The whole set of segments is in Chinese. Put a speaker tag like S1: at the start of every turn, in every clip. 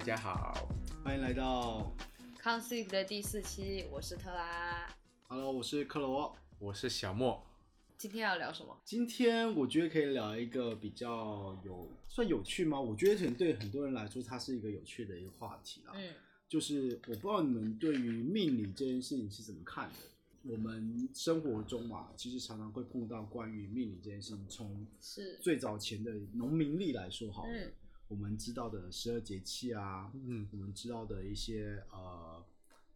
S1: 家好，
S2: 欢迎来到
S3: 康 s i 的第四期，我是特拉。
S2: ，Hello，我是克罗。
S1: 我是小莫。
S3: 今天要聊什么？
S2: 今天我觉得可以聊一个比较有算有趣吗？我觉得可能对很多人来说，它是一个有趣的一个话题啦。
S3: 嗯，
S2: 就是我不知道你们对于命理这件事情是怎么看的。我们生活中嘛，其实常常会碰到关于命理这件事情。从
S3: 是，
S2: 最早前的农民历来说好了，
S3: 嗯
S2: 我们知道的十二节气啊，
S1: 嗯，
S2: 我们知道的一些呃，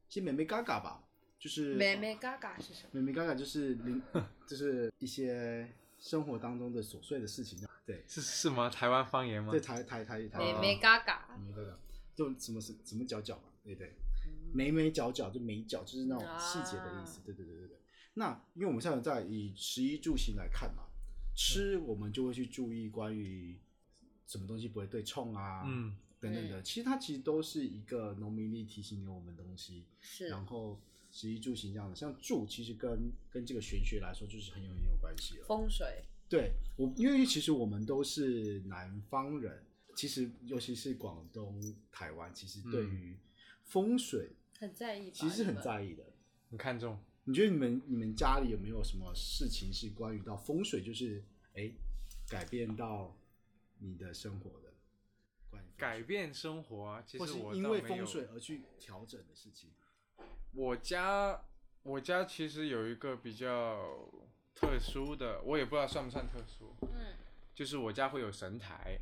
S2: 一些美美嘎嘎吧，就是
S3: 美美嘎嘎是什么？
S2: 美美嘎嘎就是 零，就是一些生活当中的琐碎的事情。对，
S1: 是是吗？台湾方言吗
S2: 对，？台台台台
S3: 美
S1: 啊
S3: 美嘎嘎，
S2: 嗯美美嘎嘎，就什么什什么角角嘛，对对，眉眉角角就眉角，就是那种
S3: 啊
S2: 细节的意思。对对对对对。那因为我们现在在以食衣住行来看嘛，吃我们就会去注意关于什么东西不会对冲啊，
S1: 嗯，
S2: 等等的。其实它其实都是一个农民力提醒给我们的东西。
S3: 是
S2: 然后食衣住行这样的，像住其实跟跟这个玄学来说就是很有很有关系了。
S3: 风水。
S2: 对我，因为其实我们都是南方人，其实尤其是广东、台湾，其实
S1: 嗯
S2: 对于风水
S3: 很在意吧，
S2: 其实
S3: 你
S2: 很
S3: 们
S2: 在意的。
S1: 很看重。
S2: 你觉得你们你们家里有没有什么事情是关于到风水，就是哎改变到你的生活的，关于风水
S1: 改变生活啊，其
S2: 或
S1: 实
S2: 是
S1: 我
S2: 因
S1: 倒
S2: 为
S1: 没
S2: 风
S1: 有
S2: 水而去调整的事情？
S1: 我家我家其实有一个比较特殊的，我也不知道算不算特殊，
S3: 嗯，
S1: 就是我家会有神台，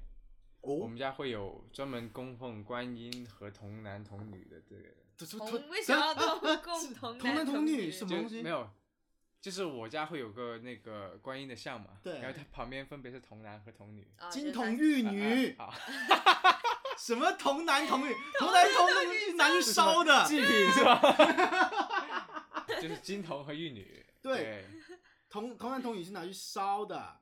S1: 我
S2: 哦
S1: 们，家会有专门供奉观音和童男童女的这个，
S2: 这这
S3: 同为什么要 同
S2: 是
S3: 共同
S2: 同男同
S3: 同
S2: 女什么东西
S1: 就没有。就是我家会有个那个观音的像嘛，
S2: 对
S1: 然后它旁边分别是童男和童女，
S3: 啊
S2: 金 童玉女，
S1: 啊好，
S2: 什么童男童 女，童男童女是拿去烧的，
S1: 祭品 是吧？就是金童和玉女，
S2: 对童童男童女是拿去烧的。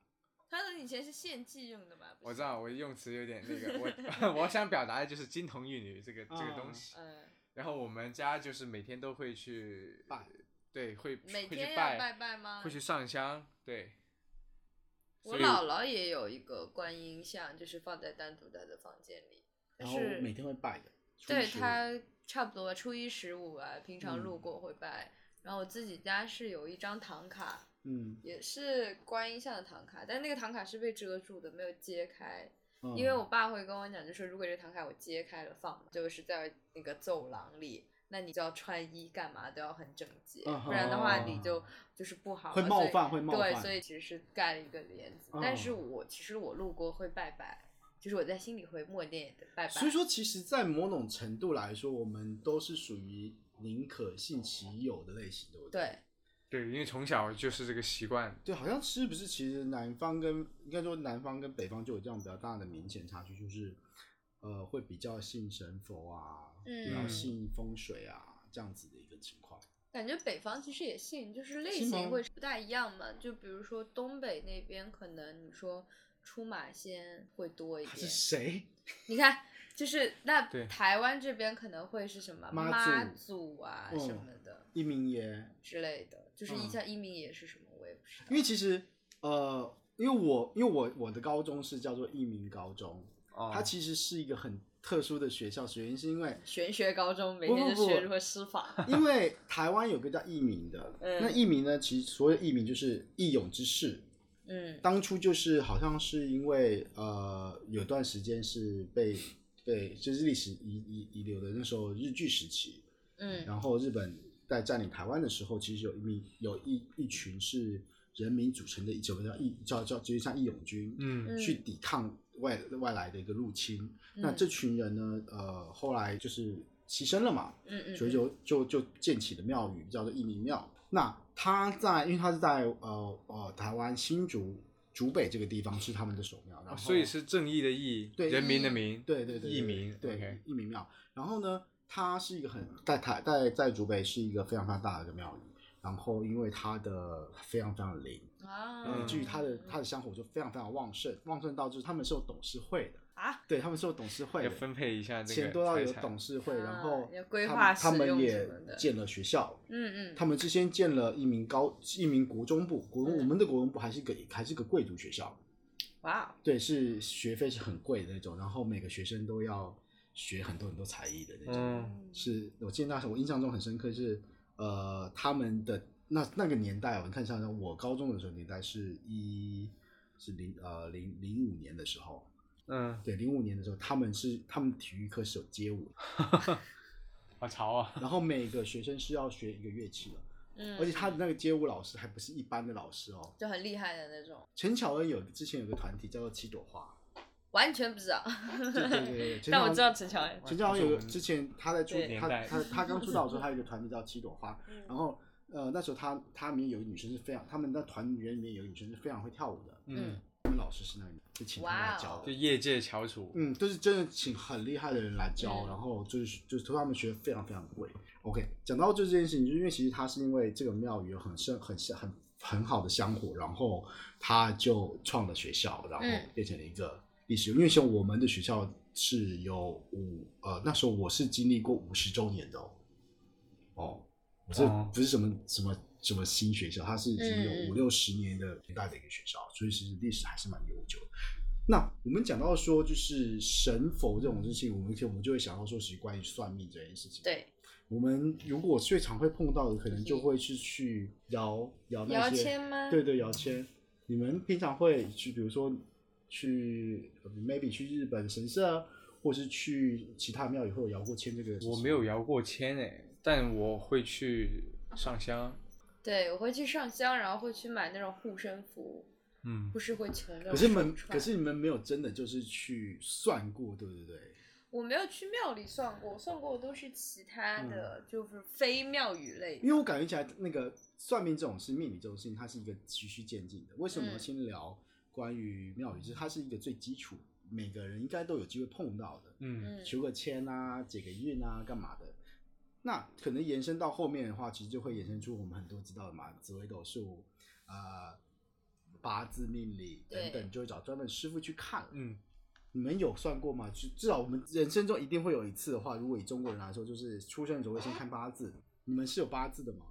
S3: 他说以前是献祭用的吧？不是
S1: 我知。道我用词有点那个，我 我想表达的就是金童玉女这个这个东西。
S3: 嗯，
S1: 然后我们家就是每天都会去
S2: 拜，
S1: 对，会
S3: 每
S1: 会
S3: 天
S1: 去
S3: 要
S1: 拜，
S3: 拜拜吗
S1: 会？去上香，对。
S3: 我
S1: 所以
S3: 姥姥也有一个观音像，就是放在单独她的房间里，
S2: 然后
S3: 是
S2: 每天会拜的，初
S3: 对
S2: 十
S3: 他差不多初一十五啊，平常
S2: 嗯
S3: 路过会拜。然后我自己家是有一张唐卡，
S2: 嗯，
S3: 也是观音像的唐卡，但那个唐卡是被遮住的，没有揭开。
S2: 嗯
S3: 因为我爸会跟我讲，就是如果这个唐卡我揭开了放，就是在那个走廊里，那你就要穿衣干嘛都要很整洁，
S2: 嗯
S3: 不然的话你
S2: 哦
S3: 就就是不好
S2: 会
S3: 了
S2: 冒
S3: 所以
S2: 犯会冒
S3: 对，
S2: 犯
S3: 所以其实是盖了一个帘子。但是
S2: 哦
S3: 我其实我路过会拜拜，就是我在心里会默念的拜拜。
S2: 所以说，其实，在某种程度来说，我们都是属于宁可信其有的类型，对不对？
S3: 对，
S1: 对，因为从小就是这个习惯，
S2: 对，好像是不是？其实南方跟应该说南方跟北方就有这样比较大的明显差距，就是呃，会比较信神佛啊，比较
S3: 嗯
S2: 信风水啊这样子的一个情况。
S3: 感觉北方其实也信，就是类
S2: 是吗
S3: 型会不大一样嘛。就比如说东北那边，可能你说出马仙会多一
S2: 他是
S3: 点。
S2: 谁？
S3: 你看，就是那
S1: 对
S3: 台湾这边可能会是什么
S2: 妈
S3: 妈
S2: 祖
S3: 祖啊
S2: 嗯
S3: 什么的
S2: 一明爷，
S3: 之类的，就是
S2: 嗯
S3: 像一鸣也是什么，我也不知道。
S2: 因为其实呃，因为我因为我我的高中是叫做一鸣高中，
S1: 哦
S2: 它其实是一个很特殊的学校，原因是因为
S3: 玄学高中每
S2: 不
S3: 天
S2: 不
S3: 就学
S2: 不
S3: 如何施法，
S2: 因为 台湾有个叫艺名的，
S3: 嗯
S2: 那艺名呢，其实所谓艺名就是义勇之士。
S3: 嗯，
S2: 当初就是好像是因为呃有段时间是被被就是历史遗遗遗留的那时候日据时期，
S3: 嗯
S2: 然后日本在占领台湾的时候，其实有一名有一一群是人民组成的一种叫义叫叫直接像义勇军，
S1: 嗯
S3: 嗯
S2: 去抵抗外外来的一个入侵。那
S3: 嗯
S2: 这群人呢，呃，后来就是牺牲了嘛，
S3: 嗯嗯，
S2: 所以就就就建起了庙宇，叫做义民庙。那他在，因为他是在呃呃台湾新竹竹北这个地方是他们的首庙，然后、
S1: 哦所以是正义的义，
S2: 对
S1: 人民的民，
S2: 对对对
S1: 义民，
S2: 对
S1: OK
S2: 义民庙。然后呢，它是一个很在台在在竹北是一个非常非常大的一个庙宇。然后因为它的非常非常灵，
S3: 啊，
S1: 嗯
S2: 以至于它的它的香火就非常非常旺盛，旺盛到就是他们是有董事会的，
S3: 啊，
S2: 对他们是有董事会
S1: 要
S2: 的，
S1: 分配一下这个
S2: 钱多到有
S1: 财产
S2: 董事会，
S3: 啊
S2: 然后
S3: 要规
S2: 他
S3: 划
S2: 他
S3: 使
S2: 们
S3: 用
S2: 也
S3: 什么的
S2: 建了学校，
S3: 嗯嗯，
S2: 他们之先建了一名高一名国中部，国中、
S3: 嗯
S2: 我们的国中部还是个还是个贵族学校，
S3: 哇哦，
S2: 对，是学费是很贵的那种，然后每个学生都要学很多很多才艺的那种。
S1: 嗯
S2: 是我记得那时候我印象中很深刻是，呃，他们的那那个年代啊，你看像像我高中的时候年代是一是零呃零零五年的时候，
S1: 嗯，
S2: 对，零五年的时候他们是他们体育课是有街舞的，
S1: 好潮啊！
S2: 然后每个学生是要学一个乐器的，
S3: 嗯，
S2: 而且他的那个街舞老师还不是一般的老师哦，
S3: 就很厉害的那种，
S2: 陈巧恩有之前有个团体叫做七朵花，
S3: 完全不知道。
S2: 对对对对，陈
S3: 但
S2: 巧
S3: 我
S2: 恩
S3: 知道陈乔恩，
S2: 陈教授有
S1: 我
S2: 个
S1: 们
S2: 之前他在出
S3: 对
S2: 他
S1: 年代
S2: 他他刚出道 的时候，他有一个团体叫七朵花
S3: 嗯，
S2: 然后呃那时候他他里面有一个女生是非常，他们那团员里面有一个女生是非常会跳舞的，
S1: 嗯，
S2: 就请他来教
S3: 哇哦
S1: 就
S2: 的。
S1: 业界翘楚。
S2: 嗯，都是真的请很厉害的人来教，
S3: 嗯
S2: 然后就是就是他们学的非常非常贵。OK，讲到就这件事情，就是因为其实他是因为这个庙宇有很深很深很很好的香火，然后他就创了学校，然后
S3: 嗯
S2: 变成了一个历史。因为像我们的学校是有五呃那时候我是经历过五十周年的哦，哦，这
S1: 哦
S2: 不是什么什么什么新学校，它是已经
S3: 嗯
S2: 有五六十年的年代的一个学校，所以其实历史还是蛮悠久的。那我们讲到说，就是神佛这种事情，我们我们就会想到说，是关于算命这件事情。，
S3: 对，
S2: 我们如果最常会碰到的，可能就会是去摇摇那
S3: 摇
S2: 些，
S3: 签吗？
S2: 对对，摇签。你们平常会去，比如说去呃 maybe 去日本神社，啊或是去其他庙宇会有摇过签这个事情？
S1: 我没有摇过签诶，但我会去上香。
S3: 对，我会去上香，然后会去买那种护身符，
S1: 嗯
S3: 不是会穷的。
S2: 可是你们，可是你们没有真的就是去算过，对不对？
S3: 我没有去庙里算过，我算过的都是其他的，就是非庙宇
S2: 嗯
S3: 类
S2: 因
S3: 的。
S2: 为我感觉起来，那个算命这种事、命理这种事情，它是一个循序渐进的。为什么要
S3: 嗯
S2: 先聊关于庙宇？就是它是一个最基础，每个人应该都有机会碰到的，
S1: 嗯
S3: 嗯，
S2: 求个签啊、解个运啊、干嘛的。那可能延伸到后面的话，其实就会衍生出我们很多知道的嘛，紫微斗数、呃八字命理等
S3: 对
S2: 等，就会找专门师傅去看了。
S1: 嗯，
S2: 你们有算过吗？就至少我们人生中一定会有一次的话，如果以中国人来说，就是出生的时候会先看八字。你们是有八字的吗？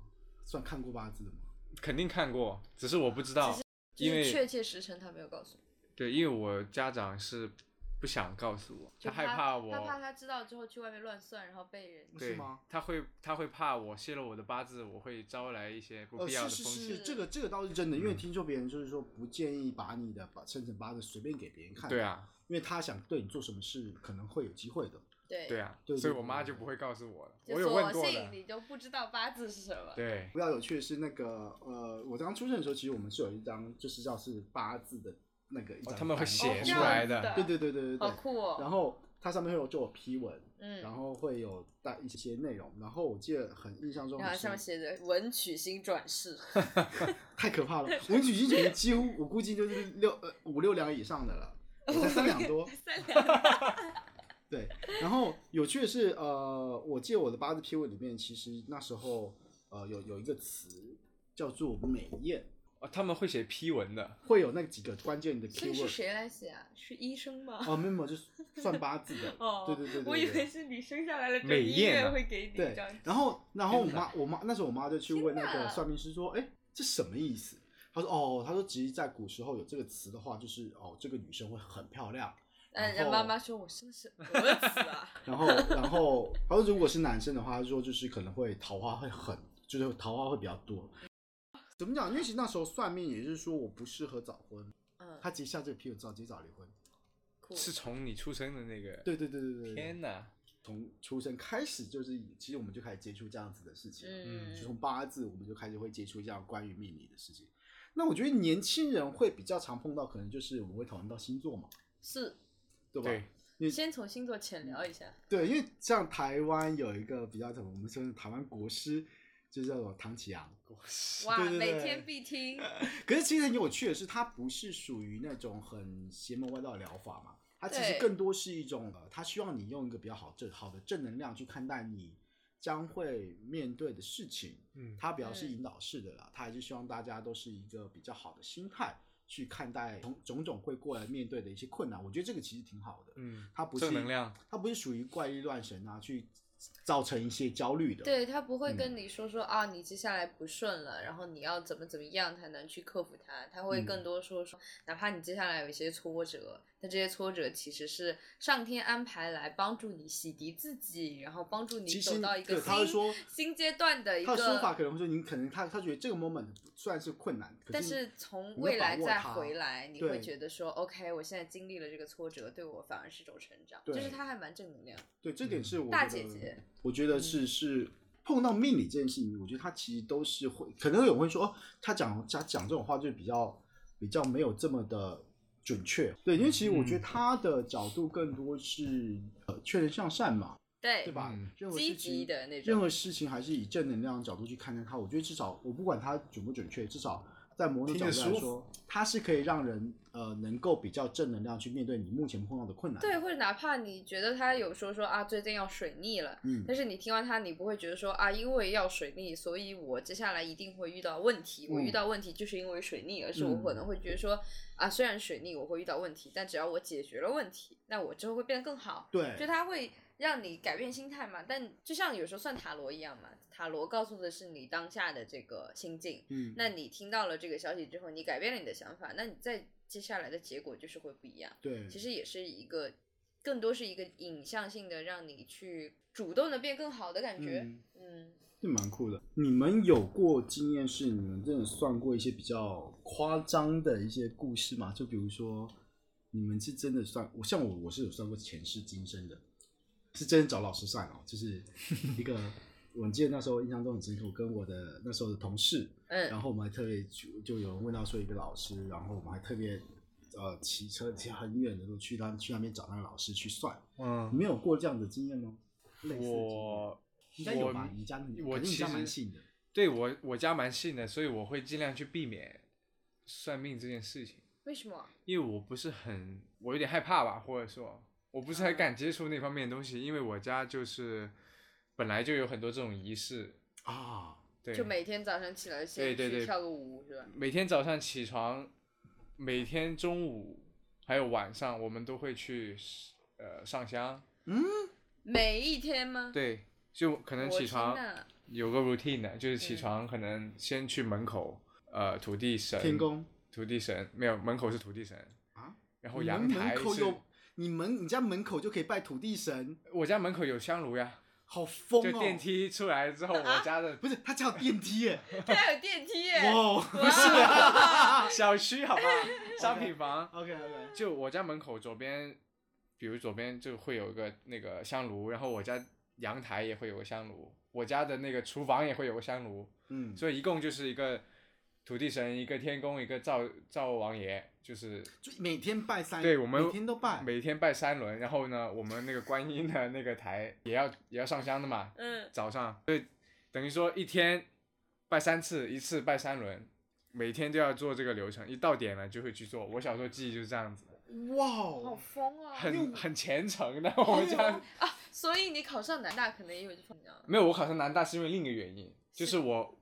S2: 算看过八字的吗？
S1: 肯定看过，只是我不知道，
S3: 就
S1: 因
S3: 是
S1: 为
S3: 确切时辰他没有告诉我，
S1: 对，因为我家长是不想告诉我，
S3: 就
S1: 害
S3: 怕
S1: 我，
S3: 他怕他知道之后去外面乱算，然后被人
S2: 是
S1: 对
S2: 吗，
S1: 他会他会怕我泄露我的八字，我会招来一些不
S2: 哦，
S1: 必要
S2: 是是
S1: 的风险。
S2: 是，
S3: 险
S2: 这个这个倒是真的，因为
S1: 嗯
S2: 听说别人就是说不建议把你的把生辰八字随便给别人看。
S1: 对，啊，
S2: 因为他想对你做什么事，可能会有机会的。
S3: 对
S1: 对，啊，
S2: 对对
S1: 所以
S2: 对
S1: 我妈
S2: 对
S1: 就不会告诉我了。
S3: 就
S1: 我有问
S3: 索
S1: 过
S3: 性
S1: 的，
S3: 你就不知道八字是什么。
S1: 对，
S2: 比较有趣的是，那个呃，我刚出生的时候，其实我们是有一张就是叫是八字的那个一张
S1: 哦
S2: 单，
S1: 他们会写
S3: 哦
S1: 出来
S3: 这样子
S1: 的
S3: 的。
S2: 对对对对对对
S3: 好。酷哦。
S2: 然后它上面会有就有批文，
S3: 嗯，
S2: 然后会有带一些内容，然后我记得很印象中
S3: 然后
S2: 很
S3: 上
S2: 深
S3: 面，写着文曲星 转世，
S2: 太可 怕了。文曲星群几乎我估计就是六呃五六两以上的 了，我才三两多。
S3: 三 两。
S2: 对，然后有趣的是，呃，我记得我的八字批文里面，其实那时候呃有有一个词叫做美艳，
S1: 哦，他们会写批文的，
S2: 会有那几个关键的
S3: 所以是
S2: keyword。
S3: 谁来写啊？是医生吗？
S2: 哦，没有没有，就是算八字的。
S3: 哦，
S2: 对对对对对。
S3: 我以为是你生下来了，
S1: 美
S3: 医
S1: 艳
S3: 院
S1: 啊
S3: 会给你
S2: 对
S3: 一张纸。，
S2: 然后然后我
S1: 天哪
S2: 妈我妈那时候我妈就去问那
S3: 天哪
S2: 个算命师说，哎，这什么意思？她说哦，她说其实在古时候有这个词的话，就是哦，这个女生会很漂亮。
S3: 嗯，
S2: 然
S3: 然
S2: 后
S3: 后妈妈说：“我生的是儿子啊。
S2: 然后然后她说如果是男生的话，她说就是可能会桃花会很，就是桃花会比较多。怎么讲？因为其实那时候算命也就是说我不适合早婚，”
S3: 嗯，
S2: 她直接下这个批准直接早离婚。
S3: 酷
S1: 是从你出生的那个。
S2: 对对对对对对，
S1: 天哪！
S2: 从出生开始就是其实我们就开始接触这样子的事情了。
S3: 嗯
S2: 就从八字我们就开始会接触这样关于命理的事情。那我觉得年轻人会比较常碰到，可能就是我们会讨论到星座嘛，
S3: 是
S2: 对吧？
S1: 对，
S2: 你
S3: 先从星座浅聊一下。
S2: 对因为像台湾有一个比较什么，我们说是台湾国师，就叫做唐启阳。
S3: 哇，
S2: 对对对
S3: 每天必听。
S2: 可是其实很有趣的是，他不是属于那种很邪门歪道的疗法嘛，他其实
S3: 对
S2: 更多是一种，呃，他希望你用一个比较好正好的正能量去看待你将会面对的事情。
S1: 嗯，
S2: 他比较是
S3: 嗯
S2: 引导式的啦，他还是希望大家都是一个比较好的心态去看待种种种会过来面对的一些困难。我觉得这个其实挺好的，
S1: 嗯，
S2: 他不是
S1: 正能量，
S2: 他不是属于怪力乱神啊，去造成一些焦虑的。
S3: 对他不会
S2: 嗯
S3: 跟你说说、啊，你接下来不顺了，然后你要怎么怎么样才能去克服它。他会
S2: 嗯
S3: 更多说说，哪怕你接下来有一些挫折，但这些挫折其实是上天安排来帮助你洗涤自己，然后帮助你
S2: 其
S3: 走
S2: 实
S3: 到一个
S2: 对他会
S3: 新
S2: 说
S3: 新阶段的一
S2: 他的说法
S3: 个，
S2: 可能会说，你可能他他觉得这个 moment 虽然是困难，可
S3: 但
S2: 是
S3: 是从
S2: 你要
S3: 未
S2: 把
S3: 来
S2: 握
S3: 再
S2: 它
S3: 回来，你
S2: 对
S3: 会觉得说，OK，我现在经历了这个挫折，对我反而是种成长，就是
S2: 对
S3: 他还蛮正能量的。
S2: 对这点是我
S3: 嗯大
S2: 觉
S3: 姐
S2: 得
S3: 姐，嗯
S2: 我觉得是是碰到命理这件事情，我觉得他其实都是会，可能有人会说，哦，他讲他讲这种话就比较比较没有这么的准确，对，因为其实我觉得
S1: 嗯
S2: 他的角度更多是呃劝人向善嘛，
S3: 对，
S2: 对吧
S1: 嗯？
S2: 任何
S3: 积
S2: 事
S3: 极
S2: 情
S3: 的那种
S2: 任何事情还是以正能量的角度去看待它。我觉得至少我不管它准不准确，至少在某种
S1: 听
S2: 角
S1: 着
S2: 度来
S1: 舒
S2: 说
S1: 服，
S2: 它是可以让人呃能够比较正能量去面对你目前碰到的困难。
S3: 嗯对，，或者哪怕你觉得他有说说啊，最近要水逆了，
S2: 嗯
S3: 但，是你听完他，你不会觉得说啊，因为要水逆，所以我接下来一定会遇到问题。我遇
S2: 嗯
S3: 到问题就是因为水逆，而是我可能会觉得说啊，虽然水逆我会遇到问题，但只要我解决了问题，那我之后会变得更好。就
S1: 哎
S2: 对，
S3: 它会让你改变心态嘛。但就像有时候算塔罗一样嘛，塔罗告诉的是你当下的这个心境。
S2: 嗯，
S3: 那你听到了这个消息之后，你改变了你的想法，那你再接下来的结果就是会不一样。
S2: 对，
S3: 其实也是一个，更多是一个影像性的，让你去主动的变更好的感觉。
S2: 嗯，
S3: 嗯，
S2: 是蛮酷的。你们有过经验是你们真的算过一些比较夸张的一些故事吗？就比如说你们是真的算，我像我我是有算过前世今生的，是真的找老师算哦，就是 一个。我记得那时候印象中很深刻，我跟我的那时候的同事，然
S3: 嗯，
S2: 后我们还特别去，就有人问到说一个老师，然后我们还特别呃骑车骑很远的路去他去那边找那个老师去算，你
S1: 嗯，
S2: 们有过这样的经验吗？类似的经验
S1: 我
S2: 应该有吧
S1: 我？
S2: 你家
S1: 我
S2: 肯定你
S1: 其
S2: 家
S1: 实
S2: 蛮信的，
S1: 对我我家蛮信的，所以我会尽量去避免算命这件事情，
S3: 为什么？
S1: 因为我不是很，我有点害怕吧，或者说，我不是很敢接触那方面的东西，因为我家就是本来就有很多这种仪式，
S2: 啊，
S1: 对，
S3: 就每天早上起来
S1: 对
S3: 先
S1: 对
S3: 去
S1: 对
S3: 跳个舞是吧？
S1: 每天早上起床，每天中午还有晚上，我们都会去呃上香。
S3: 每一天吗？
S1: 对，就可能
S3: 我
S1: 起
S3: 天
S1: 床
S3: 呐
S1: 有个 routine 的，就是起
S3: 嗯
S1: 床可能先去门口，呃，土地神，
S2: 天宫
S1: 土地神没有门口是土地神，
S2: 啊，
S1: 然后
S2: 你们
S1: 阳台
S2: 门口
S1: 是，
S2: 有你门你家门口就可以拜土地神，
S1: 我家门口有香炉呀，
S2: 好疯
S1: 就
S2: 哦！
S1: 电梯出来之后，我家的
S2: 不是，他家有电梯 耶，
S3: 它还有电梯耶！
S2: 哇，哦不是啊
S1: 小区好吧， 商品房，
S2: ，OK OK，
S1: 就我家门口左边，比如左边就会有一个那个香炉，然后我家阳台也会有个香炉，我家的那个厨房也会有个香炉，
S2: 嗯，
S1: 所以一共就是一个土地神，一个天公，一个灶灶王爷，就是
S2: 就每天拜三，
S1: 对我们
S2: 每天都拜，
S1: 每天拜三轮。然后呢，我们那个观音的那个台也要也要上香的嘛，
S3: 嗯，
S1: 早上对，等于说一天拜三次，一次拜三轮，每天都要做这个流程，一到点了就会去做。我小时候记忆就是这样子，
S2: 哇
S3: 好
S2: 哦，
S3: 疯啊！
S1: 很很虔诚的。我们家
S3: 啊，所以你考上南大可能也有这方面啊。
S1: 没有，我考上南大是因为另一个原因，就是我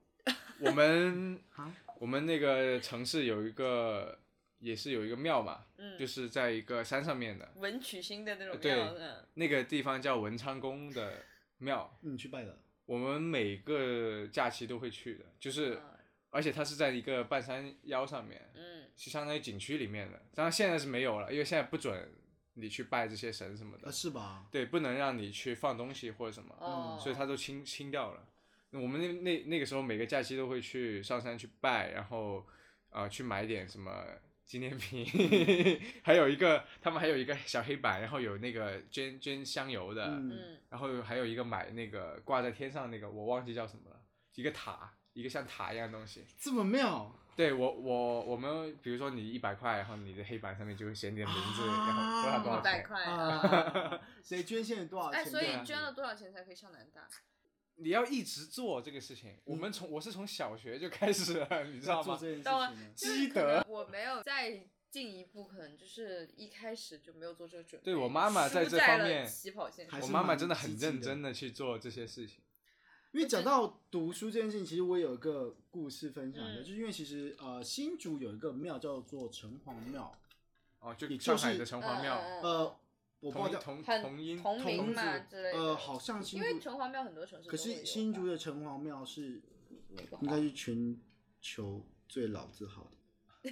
S1: 我 们
S2: 啊
S1: 我们那个城市有一个也是有一个庙嘛，
S3: 嗯，
S1: 就是在一个山上面的
S3: 文曲星的那种
S1: 对
S3: 庙嗯
S1: 那个地方叫文昌宫的庙，
S2: 嗯你去拜的，
S1: 我们每个假期都会去的，就是
S3: 啊
S1: 而且它是在一个半山腰上面，
S3: 嗯，
S1: 是相当于景区里面的。当然现在是没有了，因为现在不准你去拜这些神什么
S2: 啊
S1: 的，
S2: 是吧？
S1: 对，不能让你去放东西或者什么。
S3: 哦，
S1: 嗯所以他都清清掉了。那我们那那那个时候每个假期都会去上山去拜，然后啊、呃去买点什么纪念品，
S3: 嗯
S1: 还有一个他们还有一个小黑板，然后有那个捐捐香油的，
S2: 嗯，
S3: 嗯，
S1: 然后还有一个买那个挂在天上那个我忘记叫什么了，一个塔，一个像塔一样的东西。
S2: 这么妙，
S1: 对我我我们比如说你一百块，然后你的黑板上面就会写你的名字，
S2: 啊
S1: 然后多少多少
S3: 一百
S1: 钱。
S3: 块啊。
S2: 啊， 谁捐献多少
S3: 哎，
S2: 钱？
S3: 所
S2: 对
S3: 以
S2: 啊
S3: 捐了多少钱才可以上南大？
S1: 你要一直做这个事情。我们从我是从小学就开始了，你知道
S2: 做
S1: 吗？
S2: 这件事
S3: 到啊
S2: 情呢
S1: 积
S3: 可
S1: 德
S3: 能。我没有再进一步，可能就是一开始就没有做这个准备。
S1: 对我妈妈
S3: 输
S1: 在
S3: 在
S1: 这方面
S3: 了起跑线上
S2: 还
S1: 我
S2: 是
S1: 妈妈
S2: 蛮
S1: 真的很
S2: 积极
S1: 认
S2: 的
S1: 真的去做这些事情。
S2: 因为讲到读书这件事情，其实我有一个故事分享的，
S3: 嗯
S2: 就是因为其实呃新竹有一个庙叫做城隍庙，
S1: 哦，
S2: 也
S1: 就
S2: 就
S1: 上海
S2: 是
S1: 的城
S3: 嗯
S1: 隍
S3: 嗯
S1: 庙，
S3: 嗯
S2: 呃，我不
S1: 同
S2: 知
S1: 音
S2: 道叫
S1: 同
S3: 很
S1: 同音
S3: 同名
S2: 同
S3: 嘛
S1: 字
S3: 之类的。
S2: 呃，好像新
S3: 因
S2: 竹
S3: 为城隍庙很多城市
S2: 可
S3: 都会有吧，
S2: 是新竹的城隍庙是
S3: 个
S2: 应该是全球最老字号的，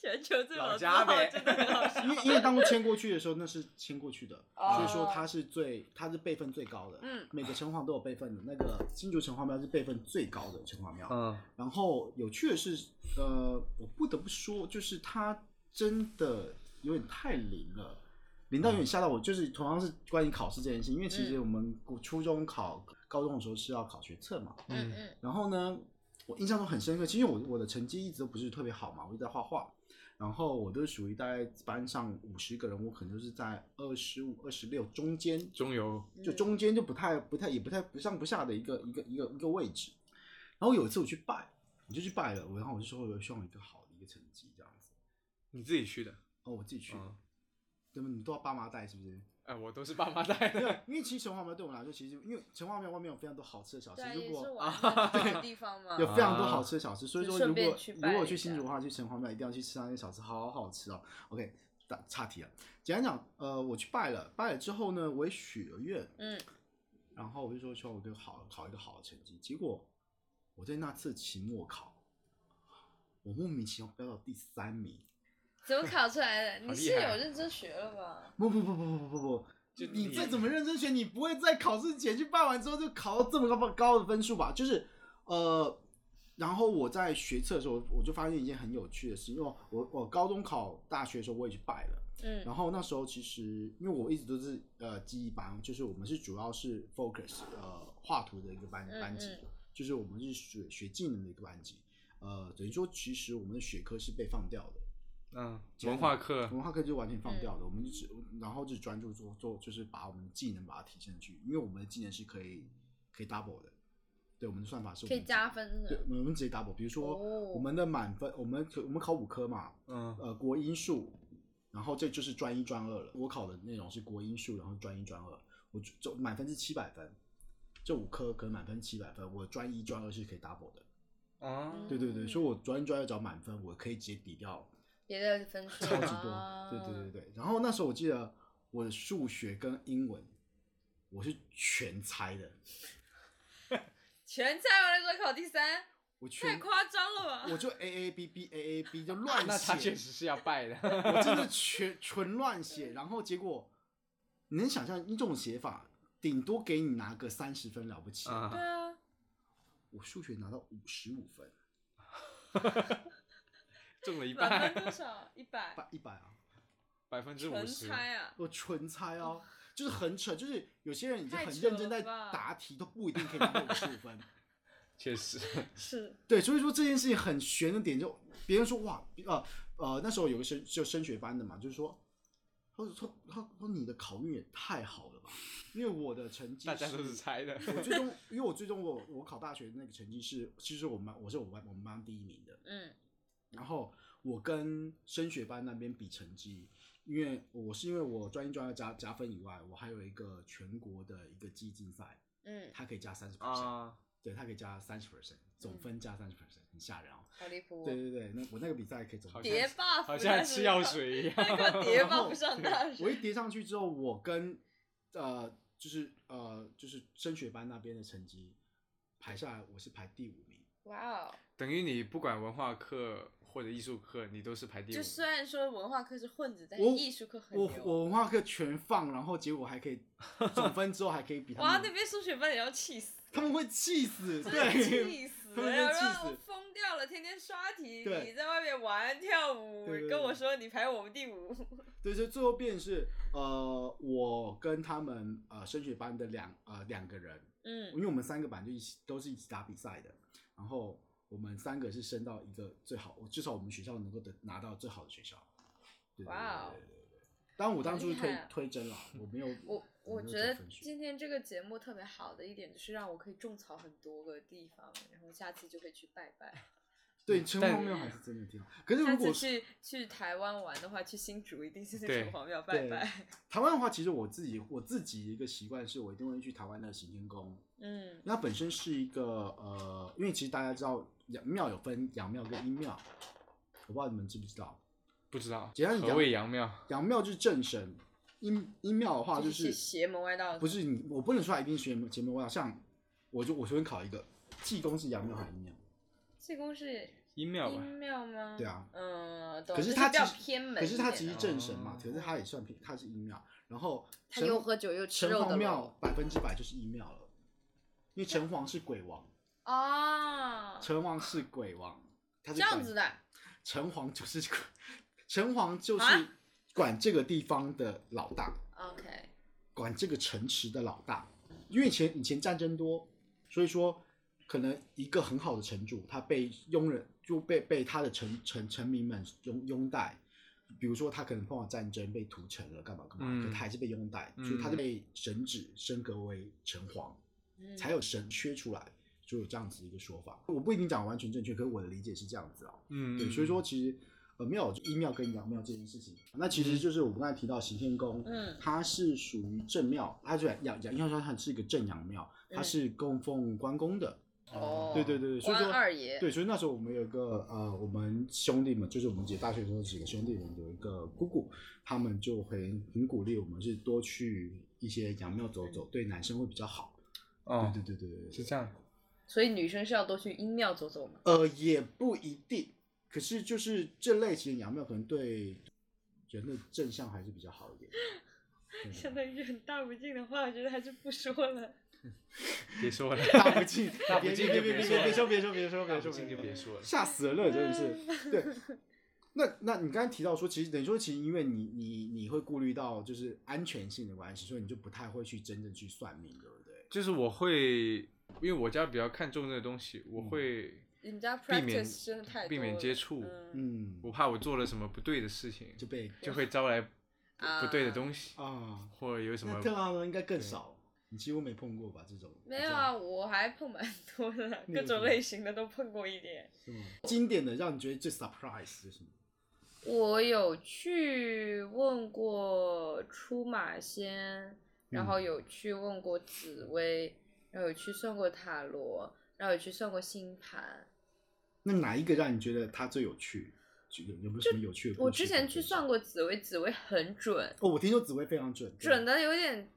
S3: 全球最
S1: 老
S3: 老字
S1: 家
S3: 号
S1: 呗
S3: 真的很好 笑。
S2: 因为因为当初迁过去的时候那是迁过去的，
S3: 哦
S2: 所以说它是最它是辈分最高的，
S3: 嗯，
S2: 每个城隍都有辈分的，那个新竹城隍庙是辈分最高的城隍庙，
S1: 嗯
S2: 然后有趣的是，呃，我不得不说，就是它真的有点太灵了，灵到有点吓到我。就是同样是关于考试这件事，因为其实我们初中考、高中的时候是要考学测嘛。
S3: 嗯嗯
S2: 然后呢，我印象中很深刻，其实我我的成绩一直都不是特别好嘛，我一直在画画，然后我都是属于大概班上五十个人，我可能就是在二十五、二十六中间
S1: 中游，
S2: 就中间就不太、不太、也不太不上不下的一个一个一个一个位置。然后有一次我去拜，我就去拜了，我然后我就说我希望有一个好的一个成绩这样子。
S1: 你自己去的，
S2: 哦，我自己去，
S1: 嗯，
S2: 对吧？你都要爸妈带是不是？
S1: 哎，我都是爸妈带
S2: 没有
S1: 的，，
S2: 因为其实城隍庙对我们来说，其实因为城隍庙外面有非常多好吃的小吃，
S3: 对，啊
S2: 如
S3: 也是
S2: 果啊
S3: 我们这个地方嘛
S2: 有。非常多好吃的小吃，所以
S3: 就
S2: 说
S3: 顺
S2: 如
S3: 便
S2: 果
S3: 去
S2: 如
S3: 拜
S2: 果
S3: 一
S2: 去新
S3: 下
S2: 竹的话，去城隍庙一定要去吃那些小吃，好好吃哦。OK，打岔题了，简单讲，呃，我去拜了，拜了之后呢，我也许了愿，
S3: 嗯，
S2: 然后我就说希望我对好考一个好的成绩。结果我在那次期末考，我莫名其妙飙到第三名。
S3: 怎么考出来的？
S1: 好
S3: 你
S1: 厉
S3: 是
S1: 害
S3: 有认真学了吧？
S2: 不不不不不不不，
S1: 就
S2: 你
S1: 你
S2: 再怎么认真学，你不会在考试前去办完之后就考到这么高高的分数吧？就是呃，然后我在学测的时候，我就发现一件很有趣的事，因为我我高中考大学的时候我也去拜了。
S3: 嗯
S2: 然后那时候其实因为我一直都是呃记忆班，就是我们是主要是 focus 呃画图的一个班
S3: 嗯
S2: 班级，
S3: 嗯
S2: 就是我们是学学技能的一个班级。呃，等于说其实我们的学科是被放掉的，
S1: 嗯，文化课，
S2: 文化课就完全
S3: 嗯
S2: 放掉的，我们就只然后就专注做做，就是把我们的技能把它提升去，因为我们的技能是可以可以 double 的，对，我们的算法是我
S3: 可
S2: 们
S3: 以加分
S2: 对
S3: 的，。
S2: 我们直接 double，比如说
S3: 哦
S2: 我们的满分，我们可我们考五科嘛，
S1: 嗯
S2: 呃国英数，然后这就是专一专二了。我考的内容是国英数，然后专一专二，我就就满分是七百分，这五科可能满分七百分，我专一专二是可以 double 的。
S1: 啊，
S2: 对对对，
S3: 嗯
S2: 所以我专一专二找满分，我可以直接抵掉
S3: 别的分数
S2: 超级
S3: 啊
S2: 多。对对对对，然后那时候我记得我的数学跟英文我是全猜的，
S3: 全猜完了之后考第三，
S2: 我
S3: 太
S2: 全
S3: 夸张了吧？
S2: 我就 A A B B A A B 就乱写。
S1: 那他确实是要拜的，
S2: 我真的全纯乱写，然后结果你能想象这种写法，顶多给你拿个三十分了不起，
S3: 对
S1: 啊，
S3: 啊，
S2: 我数学拿到五十五分，
S1: 中了一
S3: 满分
S1: 半，
S3: 多少？一百，
S2: 百一百啊，
S1: 百分之五
S3: 纯
S1: 十，
S3: 猜啊！
S2: 我纯猜哦，就是很扯，就是有些人已经
S3: 太
S2: 很
S3: 扯
S2: 认真在
S3: 了吧
S2: 答题，都不一定可以拿到五十五分。
S1: 确实，
S3: 是，
S2: 对，所以说这件事情很悬的点就，别人说哇，呃呃，那时候有个升就升学班的嘛，就是说，他说他他说你的考运也太好了吧，因为我的成绩
S1: 大家都是猜的，
S2: 我最终，因为我最终我我考大学的那个成绩是，其实我们班我是我们班我们班第一名的。
S3: 嗯
S2: 然后我跟升学班那边比成绩，因为我是因为我专一专二加加分以外，我还有一个全国的一个记忆竞赛，
S3: 嗯，
S2: 它可以加三十 percent，
S1: 啊，
S2: 对，它可以加三十 percent，总分加三十 percent，很吓人哦。
S3: 好离谱
S2: 对
S3: 哦！
S2: 对对，那我那个比赛可以总
S1: 好像
S3: 叠 buff，
S1: 好像吃 药水一样，
S3: 那 个叠 buff 上大
S2: 我
S3: 学，
S2: 一叠上去之后，我跟呃就是呃就是升学班那边的成绩排下来，我是排第五名。
S3: 哇哦！
S1: 等于你不管文化课或者艺术课，你都是排第
S3: 就
S1: 五，
S3: 虽然说文化课是混子，但是
S2: 我
S3: 艺术课很
S2: 我
S3: 牛。
S2: 我文化课全放，然后结果还可 以总分之后还可以比他
S3: 哇，
S2: 们，
S3: 那边数学班也要气死，
S2: 他们会气死，
S3: 真的
S2: 对，
S3: 气死
S2: 他
S3: 了！
S2: 们
S3: 然
S2: 会
S3: 后
S2: 气
S3: 我
S2: 死。
S3: 疯掉了，天天刷题，
S2: 对
S3: 你在外面玩跳舞
S2: 对对，对
S3: 跟我说你排我们第五，
S2: 对，所以最后变是呃，我跟他们呃升学班的两呃两个人，因
S3: 嗯
S2: 为我们三个班就一起都是一起打比赛的，然后我们三个是升到一个最好，至少我们学校能够得拿到最好的学校。对对
S3: 哇哦
S2: 对对对对。当然我当初是
S3: 好厉
S2: 推
S3: 害啊
S2: 推真了，我没有
S3: 我我
S2: 没有
S3: 觉
S2: 讲
S3: 得
S2: 分数
S3: 今天这个节目特别好的一点就是让我可以种草很多个地方，然后下次就会去拜拜。
S2: 对城
S1: 但
S2: 隍庙还是真的挺好。可是
S3: 下
S2: 如果
S3: 次去去台湾玩的话，去新竹一定是去
S1: 对
S3: 城隍庙拜
S2: 对，
S3: 拜。
S2: 台湾的话，其实我自己我自己一个习惯是，我一定会去台湾的行天宫。
S3: 嗯
S2: 那本身是一个呃，因为其实大家知道阳庙有分阳庙跟阴庙，我不知道你们知不知道。
S1: 不知道
S2: 简单，讲
S1: 何谓阳庙？
S2: 阳庙就是正神，音音庙的话
S3: 就
S2: 就是是
S3: 邪门歪道，
S2: 不是你，我不能说它一定是邪门邪门歪道。像我就我随便考一个，济公是阳庙还是阴庙？
S3: 济公是
S1: 阴庙吧，
S3: 阴庙吗？
S2: 对啊，
S3: 嗯，懂
S2: 可
S3: 就是是
S2: 他
S3: 比
S2: 其
S3: 较
S2: 实
S3: 偏门
S2: 可
S3: 一点的，啊
S2: 是它其实正神
S1: 哦
S2: 嘛，可是它也算偏，它是阴庙。然后
S3: 他
S2: 城
S3: 又喝酒又吃
S2: 城
S3: 肉的
S2: 隍
S3: 咯
S2: 庙百分之百就是阴庙了，因为城隍是鬼王，
S3: 啊，
S2: 城隍是鬼王，他
S3: 这
S2: 是
S3: 样
S2: 管
S3: 子的
S2: 城隍就是鬼，城隍就是
S3: 啊
S2: 管这个地方的老大，
S3: ，OK，
S2: 管这个城池的老大。因为以前以前战争多，所以说可能一个很好的城主，他被佣人就被被他的臣臣臣民们拥拥戴。比如说他可能碰到战争被屠城了，干嘛干嘛，
S1: 嗯
S2: 可他还是被拥戴，
S1: 嗯
S2: 所以他就被神旨升格为城隍。
S3: 嗯
S2: 才有神缺出来，就有这样子一个说法。我不一定讲完全正确，可是我的理解是这样子啊。
S1: 嗯，
S2: 对，所以说其实呃庙就一庙跟阳庙这件事情，那其实就是我们刚才提到行天宫，
S3: 嗯
S2: 它是属于正庙，它虽然阳阳，因为它是一个正阳庙，它
S3: 嗯
S2: 是供奉关公的。
S3: 哦，
S2: 对对对对，所以
S3: 关
S2: 说
S3: 二爷，
S2: 对，所以那时候我们有一个呃，我们兄弟们，就是我们姐大学的时候几个兄弟们有一个姑姑，他们就很很鼓励我们是多去一些阳庙走
S3: 嗯
S2: 走，对男生会比较好。
S1: 哦，
S2: 对对对对对，
S1: 是这样，
S3: 所以女生是要多去阴庙走走嘛。
S2: 呃，也不一定。可是就是这类型的阳庙，可能对人的正向还是比较好一点。
S3: 相当于很大不敬的话，我觉得还是不说了。
S1: 别说了，
S2: 大不敬，
S1: 大不敬
S2: 别
S1: 就
S2: 别
S1: 别
S2: 别
S1: 说
S2: 别
S1: 了，
S2: 说，别说，别说，
S1: 大
S2: 别
S1: 不
S2: 说，
S1: 敬就别说了，
S2: 吓死人了，真的
S3: 嗯
S2: 是。对，那那你刚才提到说，其实等于说，其实因为你你你会顾虑到就是安全性的关系，所以你就不太会去真正去算命，对不对？
S1: 就是我会，因为我家比较看重这个东西，我
S2: 嗯
S1: 会
S3: 你们家
S1: 避免
S3: practice 真的太多了
S1: 避免接触，
S3: 嗯
S2: 嗯，
S1: 我怕我做了什么不对的事情，
S2: 就被
S1: 就会招来不不对的东西，
S2: 啊，
S1: 或者有什么
S2: 那特拉呢应该更
S1: 对
S2: 少，你几乎没碰过吧？这种
S3: 没有啊，，我还碰蛮 多的，
S2: 你有
S3: 各
S2: 什
S3: 种
S2: 么
S3: 类型的都碰过一点。
S2: 是吗？经典的让你觉得最 surprise 是什么？
S3: 我有去问过出马仙，然
S2: 嗯
S3: 后有去问过紫薇，然后有去算过塔罗，然后有去算过星盘。
S2: 那哪一个让你觉得它最有趣？就有有没有什么有趣的故事？
S3: 我之前去算，过紫薇，紫薇很准，
S2: 哦，我听说紫薇非常准，对
S3: 准的有点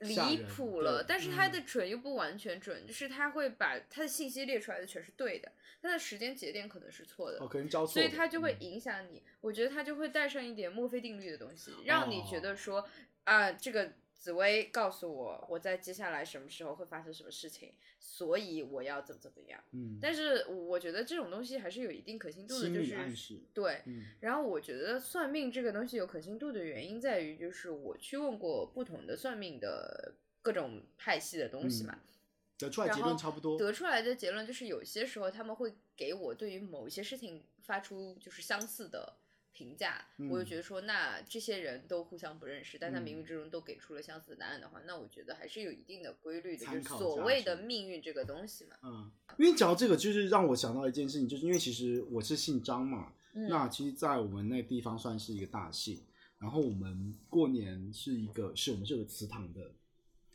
S2: 吓
S3: 离
S2: 人
S3: 谱了，
S2: 对
S3: 但是它
S1: 嗯
S3: 的准又不完全准，就是它会把它的信息列出来的全是对的，它的时间节点可能是错的。
S2: 哦，可能交错
S3: 所
S2: 的，
S3: 以它就会
S2: 嗯
S3: 影响你。我觉得它就会带上一点墨菲定律的东西，让你
S2: 哦
S3: 觉得说啊、这个紫薇告诉我我在接下来什么时候会发生什么事情，所以我要怎么怎么样。
S2: 嗯，
S3: 但是我觉得这种东西还是有一定可信度的，
S2: 心
S3: 就
S2: 理暗
S3: 是
S2: 示，
S3: 对。
S2: 嗯
S3: 然后我觉得算命这个东西有可信度的原因在于，就是我去问过不同的算命的各种派系的东西嘛，
S2: 得出来结论差不嗯多，
S3: 得出来的结论就是，有些时候他们会给我对于某一些事情发出就是相似的评价，我就
S2: 嗯
S3: 觉得说，那这些人都互相不认识，但他冥冥
S2: 嗯
S3: 之中都给出了相似的答案的话，那我觉得还是有一定的规律的，就
S2: 参
S3: 是
S2: 考
S3: 所
S2: 价
S3: 谓
S2: 值
S3: 的命运这个东西嘛。
S2: 嗯，因为讲到这个，就是让我想到一件事情，就是因为其实我是姓张嘛，
S3: 嗯，
S2: 那其实，在我们那个地方算是一个大姓，然后我们过年是一个，是我们是有个祠堂的。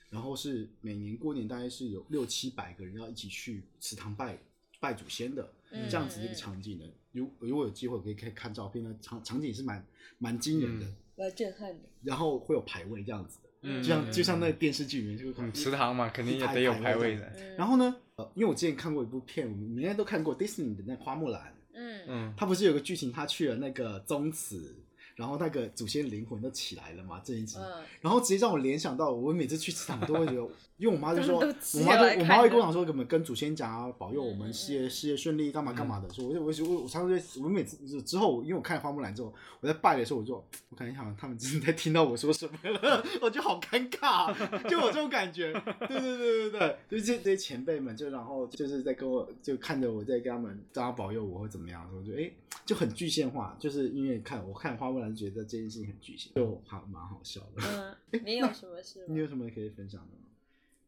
S2: 然后是每年过年大概是有六七百个人要一起去祠堂拜拜祖先的，
S3: 嗯
S2: 这样子的一个
S3: 嗯
S2: 场景呢，如如果有机会，我可以可以看照片呢，场场景是蛮蛮惊人的，
S1: 嗯
S3: 蛮震撼的，
S2: 然后会有排位这样子的，
S1: 嗯，
S2: 就像
S1: 嗯
S2: 就像那个电视剧里面就会
S1: 嗯祠。堂嘛，肯定也得有排位的，
S3: 嗯，
S2: 然后呢，呃，因为我之前看过一部片，我们应该都看过 Disney 的那《花木兰》，
S3: 嗯
S1: 嗯，
S2: 它不是有个剧情，他去了那个宗祠，然后那个祖先灵魂都起来了嘛，这一集。
S3: 嗯，
S2: 然后直接让我联想到，我每次去祠堂都会觉 得，因为我妈就说，
S3: 他们都急
S2: 我妈
S3: 着来
S2: 就我妈
S3: 看
S2: 会
S3: 的
S2: 跟我讲说，我们跟祖先讲啊，保佑我
S3: 嗯嗯
S2: 们
S3: 嗯
S2: 事业事业顺利，干嘛干嘛的。所以我就我就我我常常就我每次之后，因为我看花木兰之后，我在拜的时候，我就我感觉好像他们真的在听到我说什么了， 我就好尴尬，啊就有这种感觉。对对对对对，就是这堆前辈们，就然后就是在跟我就看着我在跟他们，大家保佑我或怎么样，我就哎就很具象化，就是因为看我看花木兰觉得这件事情很具象，就还蛮好笑的。
S3: 嗯，你有什么事
S2: 你
S3: 吗？
S2: 有什么可以分享的吗？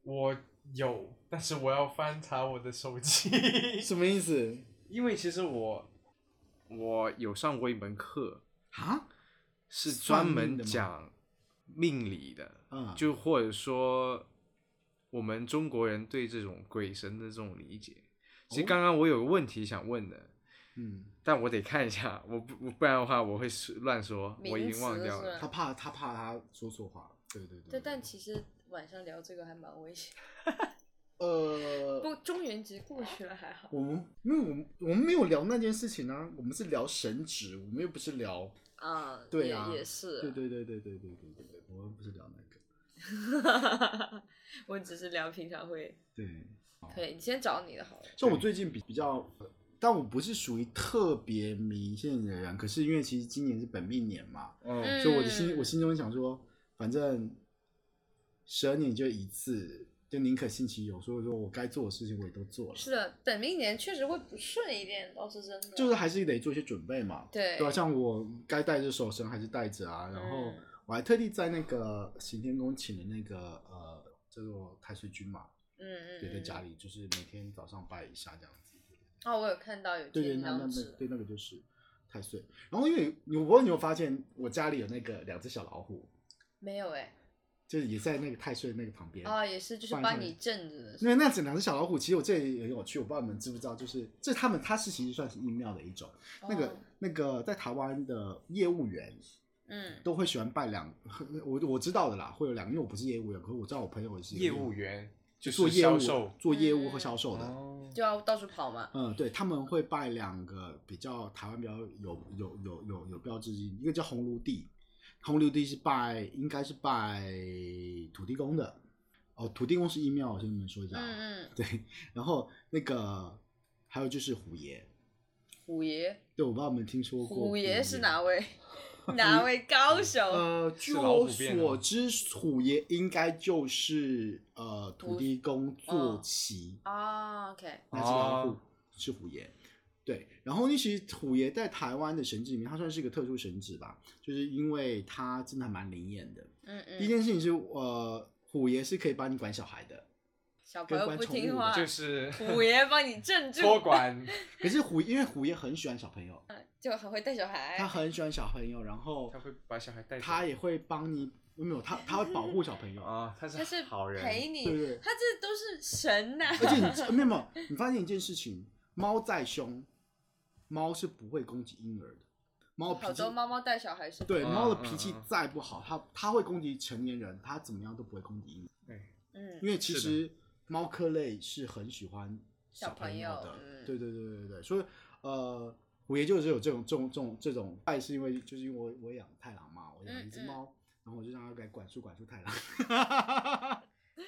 S1: 我有，但是我要翻查我的手机，
S2: 什么意思
S1: 因为其实我我有上过一门课，
S2: 啊？
S1: 是
S2: 算
S1: 专
S2: 命
S1: 门
S2: 的吗
S1: 讲命理的，
S2: 嗯，
S1: 就或者说我们中国人对这种鬼神的这种理解。其实
S2: 哦
S1: 刚刚我有个问题想问的，
S2: 嗯，
S1: 但我得看一下，我不我不然的话我会是乱说，我已
S3: 名
S1: 经忘
S3: 词
S1: 掉
S3: 是
S1: 了。
S3: 吧
S2: 他怕他怕他说错话，对对对
S3: 对，但其实晚上聊这个还蛮危险。
S2: 呃，
S3: 不，中元节过去了还好
S2: 我们因为我们我们没有聊那件事情啊，我们是聊神职，我们又不是聊，
S3: 啊，
S2: 对啊
S3: 也也是，
S2: 对对对对对对对对对，我们不是聊那个，
S3: 我只是聊平常会，
S2: 对，
S3: 可以，你先找你的好了。
S2: 像我最近比比较，但我不是属于特别迷信的人，可是因为其实今年是本命年嘛，
S1: 嗯
S3: 嗯
S2: 所以我的心我心中想说，反正十二年就一次，就宁可信其有，所以说我该做的事情我也都做了，
S3: 是的，本命年确实会不顺一点，倒是真的。
S2: 就是还是得做一些准备嘛，
S3: 对
S2: 对啊，像我该带着手绳还是带着啊，然后
S3: 嗯
S2: 我还特地在那个行天宫请的那个呃叫做太岁君嘛，
S3: 嗯嗯，
S2: 对，在家
S3: 里。
S2: 里就是每天早上拜一下这样子。
S3: 哦，我有看到有
S2: 对
S3: 贴
S2: 对，那
S3: 标
S2: 那那
S3: 志
S2: 对那个就是太岁。然后因为你我不知道你有没有发现，我家里有那个两只小老虎，
S3: 没有哎，
S2: 就是也在那个太岁那个旁边。
S3: 哦，也是，就是
S2: 放一下
S3: 帮你镇着的。
S2: 那那整两只小老虎，其实我这也很有趣，我不知道你们知不知道，就是这他们它是其实算是阴庙的一种。那个
S3: 哦
S2: 那个在台湾的业务员
S3: 嗯，
S2: 都会喜欢拜两，我我知道的啦，会有两个，因为我不是业务员，可是我知道我朋友是
S1: 业务员
S2: 就
S1: 就
S2: 做
S1: 是
S2: 业
S1: 销
S2: 务
S1: 售
S2: 做业务
S3: 嗯
S2: 和销售的。
S1: 哦，
S3: 就要到处跑嘛。
S2: 嗯，对，他们会拜两个比较台湾比较有有有有有标志性，一个叫红炉地，红炉地是拜应该是拜土地公的，哦，土地公是一庙，我先跟你们说一下啊，
S3: 嗯嗯，
S2: 对，然后那个还有就是虎爷，
S3: 虎爷，
S2: 对，我不知道你们听说过
S3: 虎爷是哪 位？ 哪位高手？
S2: 呃，
S1: 是
S2: 据
S1: 老
S2: 我
S1: 虎变的
S2: 所
S1: 吗
S2: 知，虎爷应该就是呃土
S3: 虎
S2: 地公坐
S3: 嗯
S2: 骑。
S3: 啊，OK，
S2: 那只老虎
S1: 哦
S2: 是虎爷。对，然后那其实虎爷在台湾的神祇里面，它算是一个特殊神祇吧，就是因为它真的还蛮灵验的。
S3: 嗯
S2: 第一
S3: 嗯，
S2: 件事情是，呃，虎爷是可以帮你管小孩的，
S3: 小朋友
S2: 跟
S3: 不
S2: 关宠
S3: 听
S2: 物
S1: 哦
S3: 话，
S1: 就是
S3: 虎爷帮你镇住，
S1: 托管，
S2: 可是虎因为虎爷很喜欢小朋友，
S3: 就很会带小孩。
S2: 他很喜欢小朋友，然后
S1: 他会把小孩带走。
S2: 他也会帮你，没有他
S3: 嗯
S2: 他会保护小朋友，
S1: 啊，他
S3: 他是
S1: 是好人，
S3: 陪
S2: 对不
S3: 你，
S2: 对？
S3: 他这都是神呐、
S2: 而且你知没有没有，你发现一件事情，猫再凶，猫是不会攻击婴儿的，猫脾
S3: 好
S2: 气
S3: 多猫猫带小孩是吧
S2: 对，
S1: 嗯
S2: 猫的脾
S1: 嗯
S2: 气
S1: 嗯
S2: 再不好，它它会攻击成年人，它怎么样都不会攻击婴儿，
S1: 对
S3: 嗯
S2: 因为其
S1: 是的
S2: 实猫科类是很喜欢
S3: 小
S2: 朋
S3: 朋友
S2: 的
S3: 嗯，
S2: 对对对对对对，所以呃，我也就是有这种这种这种这种爱，是因为就是因为我我养太郎嘛，我养了一只
S3: 嗯嗯
S2: 猫，然后我就让它来管束管束 太郎，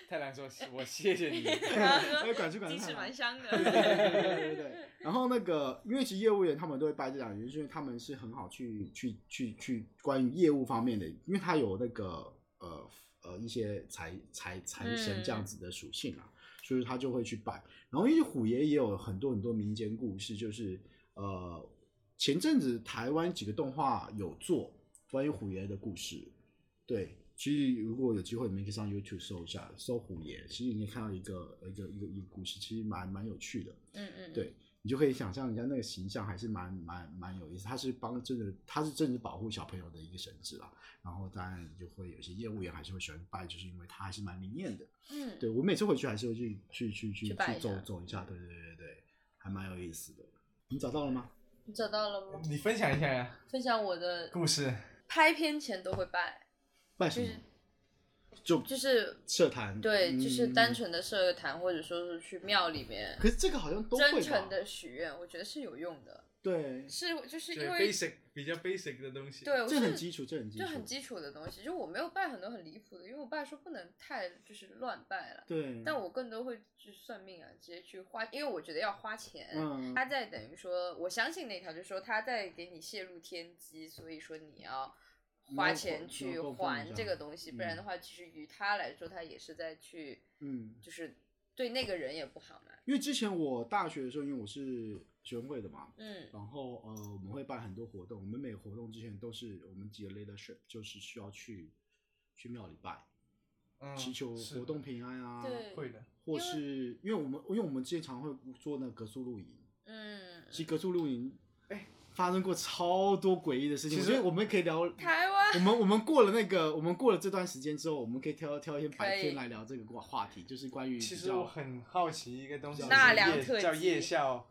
S1: 太郎说：“我谢 谢你。
S3: 然后
S2: 要
S3: 说
S2: 管住管
S3: 鸡
S2: 住
S3: 翅
S2: 它
S3: 蛮香的。
S2: 啊对对对对对。然后那个，因为其实业务员他们都会拜这两个人，是因为他们是很好去去去去关于业务方面的，因为他有那个呃呃一些财财财神这样子的属性啊，所以他就会去拜。然后因为虎爷也有很多很多民间故事，就是呃前阵子台湾几个动画有做关于虎爷的故事，对。其实如果有机会，你们可以上 YouTube 搜一下，搜虎爷，其实你可以看到一个一个一个一个故事，其实蛮蛮有趣的。
S3: 嗯嗯，
S2: 对你就可以想象人家那个形象还是蛮蛮蛮有意思，他是帮真的，他是真的保护小朋友的一个神职啊。然后当然就会有些业务员还是会喜欢拜，就是因为他还是蛮灵验的。
S3: 嗯，
S2: 对我每次回去还是会去去去去
S3: 去拜一下
S2: 走走一下，对对对对，还蛮有意思的。你找到了吗？
S3: 你找到了吗”？
S1: 你分享一下呀，
S3: 分享我的
S2: 嗯
S1: 故事。
S3: 拍片前都会拜，
S2: 拜什
S3: 就
S2: 么
S3: 是？
S2: 就
S3: 就是
S2: 社团？
S3: 对，就是单
S2: 嗯。
S3: 纯的设个坛，或者说是去庙里面
S2: 可是这个好像都会吧
S3: 真诚的许愿，我觉得是有用的。
S2: 对，
S3: 是就是
S1: 对
S3: 因为
S1: basic 比较 basic 的东西。
S3: 对，我
S2: 这很
S3: 是
S2: 基础，这很基础，
S3: 就很基础的东西，就我没有拜很多很离谱的，因为我拜说不能太就是乱拜了。
S2: 对。
S3: 但我更多会去算命啊，直接去花，因为我觉得要花钱。
S2: 嗯
S3: 他在等于说，我相信那条，就是说他在给你泄露天机，所以说你要
S2: 你要
S3: 花
S2: 供
S3: 钱
S2: 你
S3: 去
S2: 要供奉
S3: 还
S2: 一下
S3: 这个东西，不然
S2: 嗯
S3: 的话，其实于他来说，他也是在去，
S2: 嗯，
S3: 就是对那个人也不好嘛。
S2: 因为之前我大学的时候，因为我是学生会的嘛，
S3: 嗯
S2: 然后呃，我们会办很多活动，我们每个活动之前都是我们几个 leadership 就是需要去去庙里拜，
S1: 嗯，
S2: 祈求活动平安啊，
S3: 对
S1: 会的。
S2: 或
S3: 因为
S2: 是因为我们因为我们之前常会做那个格宿露营，
S3: 嗯，
S2: 其实格宿露营
S1: 哎
S2: 发生过超多诡异的事情，
S1: 其
S2: 我
S1: 实
S2: 觉得我们可以聊。
S3: 台湾
S2: 我们我们过了那个，我们过了这段时间之后，我们可以挑挑一些白
S3: 可以
S2: 天来聊这个话话题，就是关于
S1: 其
S2: 比
S1: 实我
S2: 较
S1: 很好奇一个东西，
S2: 纳
S1: 叫
S3: 凉
S1: 夜
S3: 特
S1: 叫
S3: 辑
S1: 夜校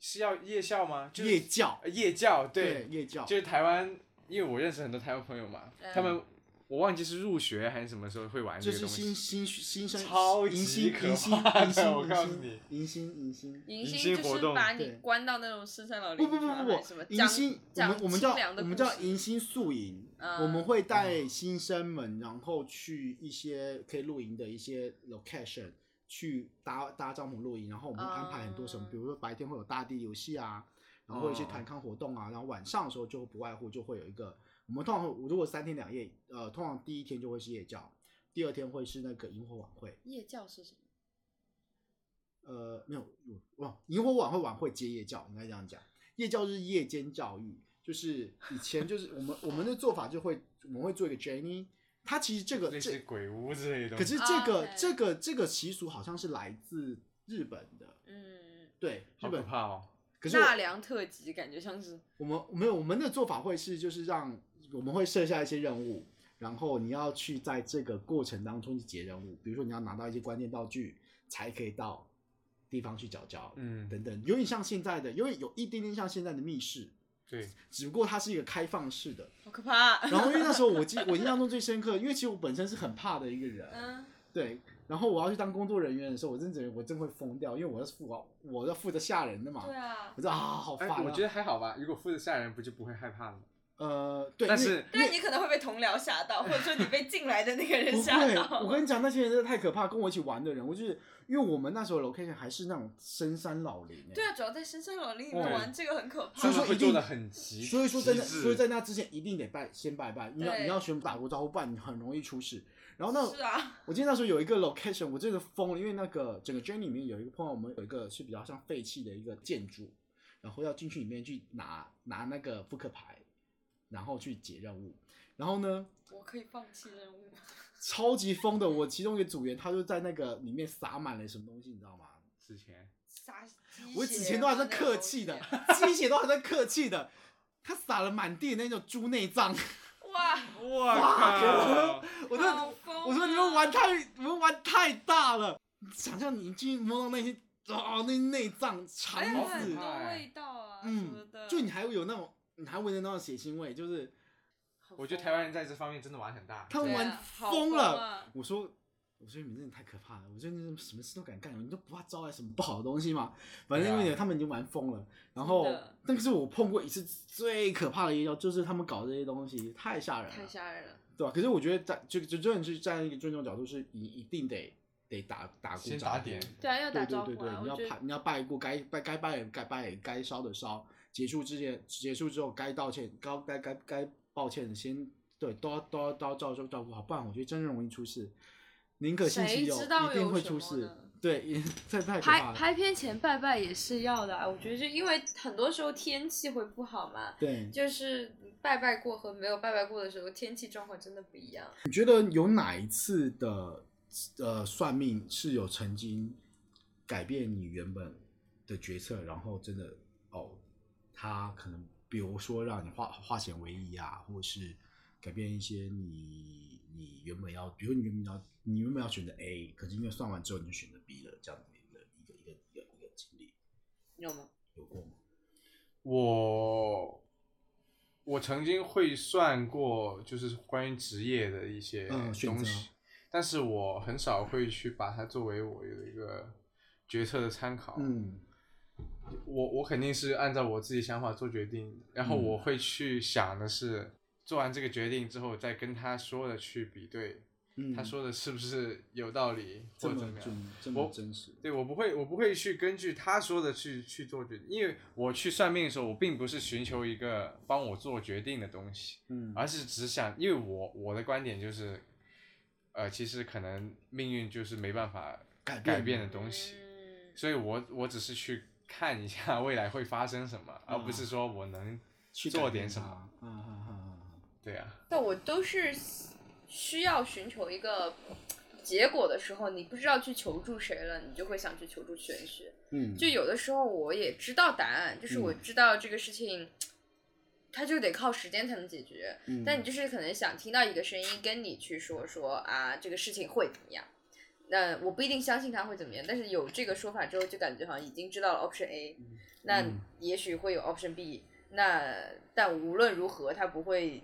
S1: 是要夜校吗？就是
S2: 夜教，
S1: 呃夜教，
S2: 对
S1: 对，
S2: 夜教，
S1: 就是台湾，因为我认识很多台湾朋友嘛，
S3: 嗯
S1: 他们我忘记是入学还是什么时候会玩
S2: 就
S1: 这
S2: 是
S1: 个
S2: 新
S1: 东西。
S2: 新新生
S1: 超级
S2: 迎新
S1: 可
S2: 迎新
S1: 怕
S2: 迎
S1: 的
S2: 新
S1: 我告诉你
S2: 迎新迎新。
S3: 迎
S1: 新
S3: 新就
S1: 活
S3: 是
S1: 动
S3: 把你
S2: 对
S3: 关到那种深山老
S2: 不
S3: 林
S2: 不
S3: 里
S2: 不
S3: 去，
S2: 不
S3: 然后什么
S2: 不，迎
S3: 讲
S2: 新我
S3: 讲
S2: 们我们
S3: 清
S2: 叫
S3: 凉的
S2: 我们
S3: 故
S2: 叫
S3: 事
S2: 迎新宿营，
S3: 嗯
S2: 我们会带新生们，然后去一些可以露营的一些 location 去搭搭帐篷露营，然后我们会安排很多什么
S3: 哦，
S2: 比如说白天会有大地游戏啊，然后会有一
S1: 哦
S2: 些团康活动啊，然后晚上的时候就不外乎就会有一个，我们通常如果三天两夜，呃，通常第一天就会是夜教，第二天会是那个萤火晚会，
S3: 夜教是什么？
S2: 呃，没有，我哇，萤火晚会晚会接夜教，应该这样讲。夜教是夜间教育，就是以前就是我们我们的做法就会我们会做一个 Jenny，它其实这个
S1: 类似
S2: 这
S1: 鬼屋之类的东
S2: 可
S1: 西，
S2: 是这个、
S3: 啊对
S2: 这个这个习俗好像是来自日本的，
S3: 嗯，
S2: 对日
S1: 好可
S2: 本。
S1: 怕哦！
S2: 可是我
S3: 纳凉特辑感觉像是
S2: 我们没有我们的做法会是就是让我们会设下一些任务，然后你要去在这个过程当中去解任务，比如说你要拿到一些关键道具才可以到地方去缴交，
S1: 嗯，
S2: 等等，有点像现在的，因为有一点点像现在的密室，
S1: 对，
S2: 只不过它是一个开放式的。
S3: 好可怕。
S2: 然后因为那时候我记我印象中最深刻，因为其实我本身是很怕的一个人，
S3: 嗯，
S2: 对。然后我要去当工作人员的时候，我真的觉得我真会疯掉，因为我要是负我我要负责吓人的嘛
S3: 对，啊
S2: 我，说啊好
S1: 哎
S2: 烦、啊。，
S1: 我觉得还好吧。如果负责吓人，不就不会害怕了吗？
S2: 呃对，
S1: 但
S2: 因为
S1: 是
S3: 但是你可能会被同僚吓到，或者说你被进来的那个人
S2: 不
S3: 吓
S2: 会，
S3: 到
S2: 我。跟你讲，那些人真的太可怕。跟我一起玩的人，我就是因为我们那时候的 location 还是那种深山老林、欸，
S3: 对啊，主要在深山老林里面
S2: 哦
S1: 对
S3: 玩这个很可怕。
S2: 所以
S1: 他
S2: 说
S1: 们会
S2: 一定
S1: 做的很极，
S2: 所以说在那，
S1: 极致
S2: 所以在那之前一定得拜，先拜拜。你要
S3: 对
S2: 你要选打过招呼，不然你很容易出事。然后那
S3: 是啊，
S2: 我记得那时候有一个 location，我真的疯了，因为那个整个 journey 里面有一个碰到我们有一个是比较像废弃的一个建筑，然后要进去里面去拿拿那个扑克牌，然后去解任务。然后呢，
S3: 我可以放弃任务。
S2: 超级疯的，我其中一个组员他就在那个里面撒满了什么东西，你知道吗？
S1: 之前
S3: 撒鸡血啊
S2: 我以前都还在客气的，鸡血都还在客气的，他撒了满地的那种猪内脏。
S3: 哇，
S1: 哇
S2: 靠
S1: 靠！
S2: 我真
S3: 好
S2: 的，
S3: 疯啊
S2: 我说你们玩太，你们玩太大了。想象你去摸到那些，哦，那些内脏、肠
S3: 而且
S1: 好可
S3: 很
S2: 子，
S3: 多
S1: 怕哎
S3: 味道啊什么
S2: 嗯
S3: 的，，
S2: 就你还会有那种，你还闻得到血腥味，就是
S3: 好疯啊。
S1: 我觉得台湾人在这方面真的玩很大。
S2: 他们
S3: 对啊
S2: 玩
S3: 好
S2: 疯
S3: 疯
S2: 了。
S3: 啊
S2: 我说，我说你们真的太可怕了，我说你们什么事都敢干，你们都不怕招来什么不好的东西吗？反正因为
S1: 对
S2: 呢
S1: 啊
S2: 他们已经玩疯了。然后
S3: 真的，
S2: 但是我碰过一次最可怕的一招，就是他们搞这些东西太吓人了，
S3: 太吓人了。
S2: 对吧、可是我觉得在就就真的是站在一个尊重角度，是你一定得得打打鼓
S1: 先
S2: 掌
S1: 打点
S3: 对啊，要
S2: 对
S3: 打
S2: 对
S3: 招
S2: 对
S3: 呼
S2: 对
S3: 啊，，
S2: 你
S3: 我
S2: 要
S3: 觉
S2: 拜
S3: 得
S2: 你要拜过，该拜该拜也该拜也，该烧的烧。结束之前，结束之后该道歉，该该该该抱歉的先对，都要都要都要照照照顾好，不然我觉得真容易出事。宁可信其
S3: 谁
S2: 有，
S3: 知道
S2: 一定
S3: 有
S2: 会
S3: 什
S2: 出
S3: 么
S2: 事
S3: 呢。
S2: 对，也 太太可怕
S3: 拍
S2: 了。
S3: 拍片前拜拜也是要的啊，我觉得就因为很多时候天气会不好嘛，
S2: 对，
S3: 就是拜拜过和没有拜拜过的时候，天气状况真的不一样。
S2: 你觉得有哪一次的呃算命是有曾经改变你原本的决策，然后真的哦，他可能比如说让你化化险为夷啊，或是改变一些你你原本要，比如你原本要你原本要选择 A，可是因为算完之后你就选择 B 了，这样的一个一个一个一个一个经历
S3: 你有吗？
S2: 有过吗？
S1: 我我曾经会算过，就是关于职业的一些
S2: 嗯
S1: 东西，
S2: 选择
S1: 但是我很少会去把它作为我的一个决策的参考。，
S2: 嗯
S1: 我我肯定是按照我自己想法做决定，然后
S2: 嗯
S1: 我会去想的是，做完这个决定之后再跟他说的去比对，
S2: 嗯，
S1: 他说的是不是有道理
S2: 这
S1: 或
S2: 么
S1: 者怎么样。
S2: 准这
S1: 我
S2: 么真实，
S1: 对我不会，我不会去根据他说的去去做决定，因为我去算命的时候，我并不是寻求一个帮我做决定的东西，
S2: 嗯
S1: 而是只想，因为我我的观点就是，呃，其实可能命运就是没办法
S2: 改变
S1: 改变的东西，
S3: 嗯
S1: 所以我我只是去看一下未来会发生什么，而不是说我能
S2: 啊去
S1: 做
S2: 改
S1: 点
S2: 变
S1: 什
S2: 它
S1: 么。
S2: 啊啊啊啊啊！
S1: 对啊，
S3: 但我都是需要寻求一个结果的时候，你不知道去求助谁了，你就会想去求助玄学。
S2: 嗯，
S3: 就有的时候我也知道答案，就是我知道这个事情，它就得靠时间才能解决。
S2: 嗯
S3: 但你就是可能想听到一个声音跟你去说说啊，这个事情会怎么样。那我不一定相信它会怎么样，但是有这个说法之后，就感觉好像已经知道了 option A，那
S1: 嗯
S3: 也许会有 option B，那但无论如何，它不会，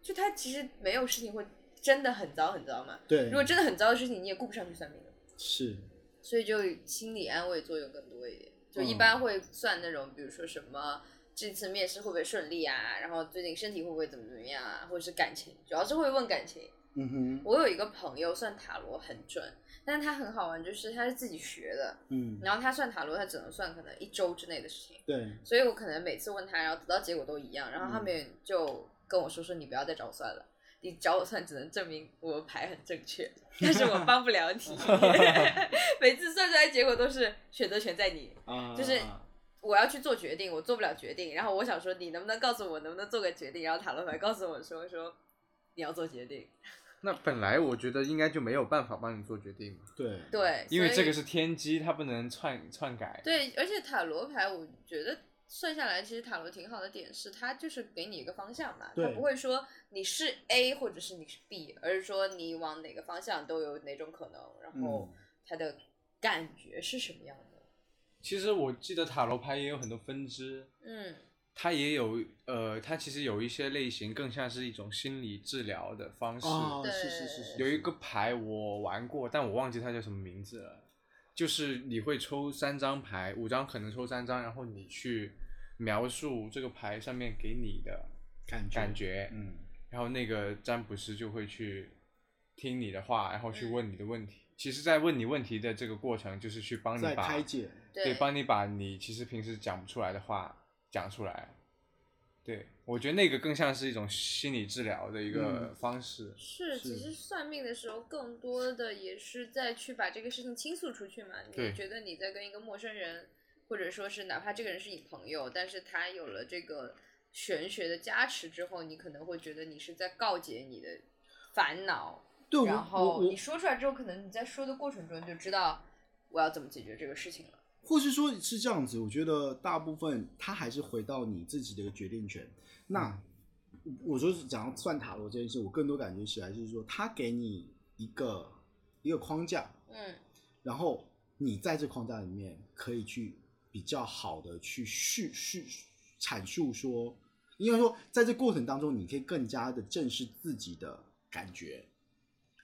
S3: 就它其实没有事情会真的很糟很糟嘛。
S2: 对，
S3: 如果真的很糟的事情，你也顾不上去算命了，
S2: 是
S3: 所以就心理安慰作用更多一点。就一
S2: 嗯
S3: 般会算那种，比如说什么这次面试会不会顺利啊，然后最近身体会不会怎么怎么样啊，或者是感情，主要是会问感情。
S2: 嗯哼，
S3: 我有一个朋友算塔罗很准，但是他很好玩，就是他是自己学的，
S2: 嗯，
S3: 然后他算塔罗，他只能算可能一周之内的事情，
S2: 对，
S3: 所以我可能每次问他，然后得到结果都一样，然后他
S2: 嗯
S3: 们就跟我说说你不要再找我算了。你找我算只能证明我牌很正确， 但是我帮不 了你。 每次算出来结果都是选择权在你，
S2: 啊，
S3: 就是我要去做决定，我做不了决定。然后我想说，你能不能告诉我能不能做个决定？然后塔罗牌告诉我说说你要做决定。
S1: 那本来我觉得应该就没有办法帮你做决定嘛，
S2: 对，
S3: 对，
S1: 因为
S3: 所以
S1: 这个是天机，它不能篡篡改。
S3: 对，而且塔罗牌，我觉得算下来，其实塔罗挺好的点是，它就是给你一个方向嘛，它
S2: 对
S3: 不会说你是 A 或者是你是 B，而是说你往哪个方向都有哪种可能，然后
S2: 嗯
S3: 它的感觉是什么样的。
S1: 其实我记得塔罗牌也有很多分支，
S3: 嗯
S1: 它也有呃，它其实有一些类型更像是一种心理治疗的方式。
S2: 哦，
S3: 对
S2: 是是是是，
S1: 有一个牌我玩过，但我忘记它叫什么名字了。就是你会抽三张牌，五张可能抽三张，然后你去描述这个牌上面给你的
S2: 感觉
S1: 感，觉，
S2: 嗯，
S1: 然后那个占卜师就会去听你的话，然后
S2: 嗯
S1: 去问你的问题。其实，在问你问题的这个过程，就是去帮你
S2: 在
S1: 把
S2: 开解，
S1: 对，帮你把你其实平时讲不出来的话讲出来。对，我觉得那个更像是一种心理治疗的一个
S2: 嗯
S1: 方式。
S3: 是，其
S2: 是
S3: 实算命的时候，更多的也是在去把这个事情倾诉出去嘛。你
S1: 对
S3: 觉得你在跟一个陌生人，或者说是哪怕这个人是你朋友，但是他有了这个玄学的加持之后，你可能会觉得你是在告解你的烦恼，
S2: 对，
S3: 然
S2: 我我
S3: 后
S2: 我
S3: 你说出来之后，可能你在说的过程中就知道我要怎么解决这个事情了。
S2: 或是说是这样子，我觉得大部分他还是回到你自己的一个决定权。那
S1: 嗯
S2: 我就是讲到算塔罗这件事，我更多感觉起来就是说，他给你一个一个框架，
S3: 嗯
S2: 然后你在这框架里面可以去比较好的去叙叙阐述说，应该说在这过程当中，你可以更加的正视自己的感觉，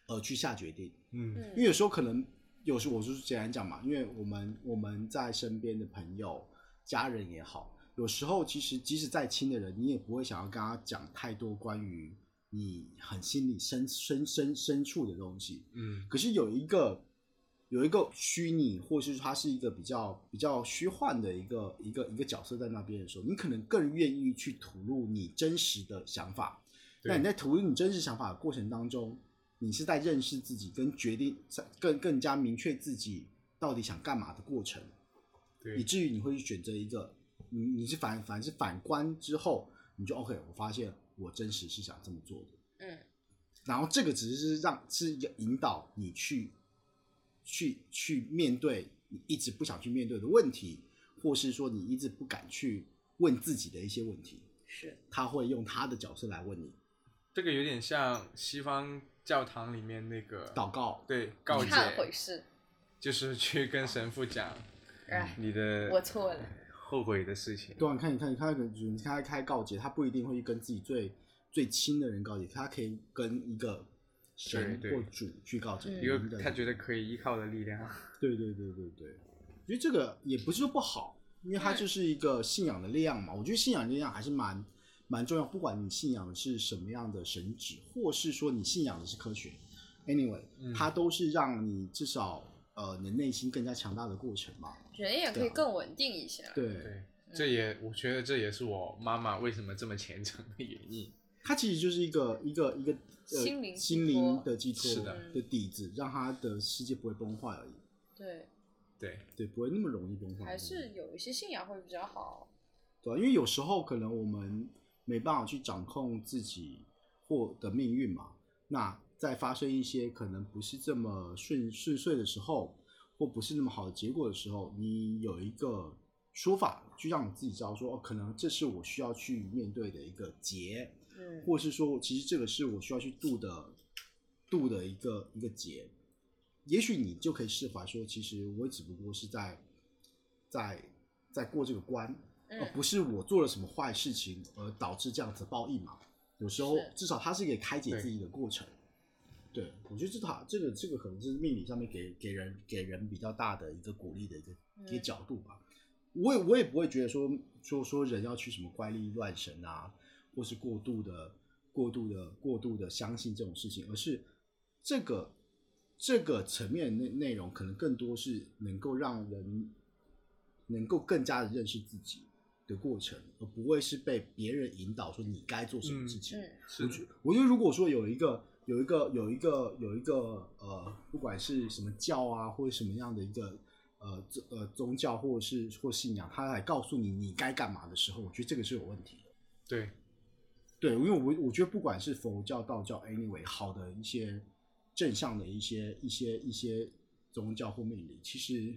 S2: 而去下决定。
S1: 嗯
S2: 因为
S3: 嗯
S2: 有时候可能有时候我就是简单讲嘛，因为我们我们在身边的朋友、家人也好，有时候其实即使再亲的人，你也不会想要跟他讲太多关于你很心里深深深深处的东西。
S1: 嗯
S2: 可是有一个有一个虚拟，或是它是一个比较比较虚幻的一个一个一个角色在那边的时候，你可能更愿意去吐露你真实的想法。
S1: 对
S2: 那你在吐露你真实想法的过程当中，你是在认识自己跟决定更更加明确自己到底想干嘛的过程。以
S1: 对，
S2: 至于你会去选择一个，你你是反反是反观之后，你就 OK，我发现我真实是想这么做的。
S3: 嗯，
S2: 然后这个只是让是一个引导你去去去面对你一直不想去面对的问题，或是说你一直不敢去问自己的一些问题，
S3: 是
S2: 他会用他的角色来问你
S1: 这个有点像西方教堂里面那个
S2: 祷告。
S1: 对告解，
S3: 忏悔式，
S1: 就是 去跟神父讲
S3: 哎，
S1: 你
S2: 嗯
S1: 的
S3: 我错了，
S1: 后悔的事情。
S2: 对啊，你看，你看，你看，你看他开告解，他不一定会去跟自己最最亲的人告解，他可以跟一个神
S1: 对对
S2: 或主去告解，
S3: 嗯
S1: 一
S2: 灵
S1: 个
S2: 的
S1: 他觉得可以依靠的力量。
S2: 对对对对对，我觉得这个也不是说不好，因为它就是一个信仰的力量嘛。我觉得信仰力量还是蛮蛮重要，不管你信仰的是什么样的神旨，或是说你信仰的是科学，anyway，、
S1: 嗯
S2: 它都是让你至少呃你的内心更加强大的过程嘛。
S3: 人也可
S2: 对
S3: 以
S2: 啊
S3: 更稳定一些了。
S2: 对，
S1: 对，这也我觉得这也是我妈妈为什么这么虔诚的原因。
S2: 它其实就是一个一个一个、呃、
S3: 心灵寄
S2: 心
S3: 托
S2: 灵的寄托
S1: 是的
S2: 的底子，让他的世界不会崩坏而已。
S3: 对，
S1: 对，
S2: 对，不会那么容易崩坏。
S3: 还是有一些信仰会比较好。
S2: 对啊、因为有时候可能我们没办法去掌控自己或的命运嘛，那在发生一些可能不是这么顺顺遂的时候，或不是那么好的结果的时候，你有一个说法去让你自己知道说，哦，可能这是我需要去面对的一个结，
S3: 嗯，
S2: 或是说，其实这个是我需要去度的度的一个一个结。也许你就可以释怀说，其实我只不过是在在在过这个关，而、
S3: 嗯
S2: 哦不是我做了什么坏事情而导致这样子的报应嘛。有时候
S3: 是
S2: 至少它是一个开解
S1: 对
S2: 自己的过程。对，我觉得这塔这个这个可能就是命理上面给给人给人比较大的一个鼓励的一个一个
S3: 嗯
S2: 角度吧。我也我也不会觉得说说说人要去什么怪力乱神啊，或是过度的过度的过度的相信这种事情，而是这个这个层面的内内容可能更多是能够让人能够更加的认识自己的过程，而不会是被别人引导说你该做什么
S1: 嗯
S2: 事情。
S3: 嗯
S1: 是的
S2: 我觉得如果说有一个有一个有一个有一个呃，不管是什么教啊，或者什么样的一个呃宗呃宗教或者是或信仰，他来告诉你你该干嘛的时候，我觉得这个是有问题的。
S1: 对，
S2: 对，因为我我觉得不管是佛教、道教，anyway，好的一些正向的一些一些一些宗教或命理，其实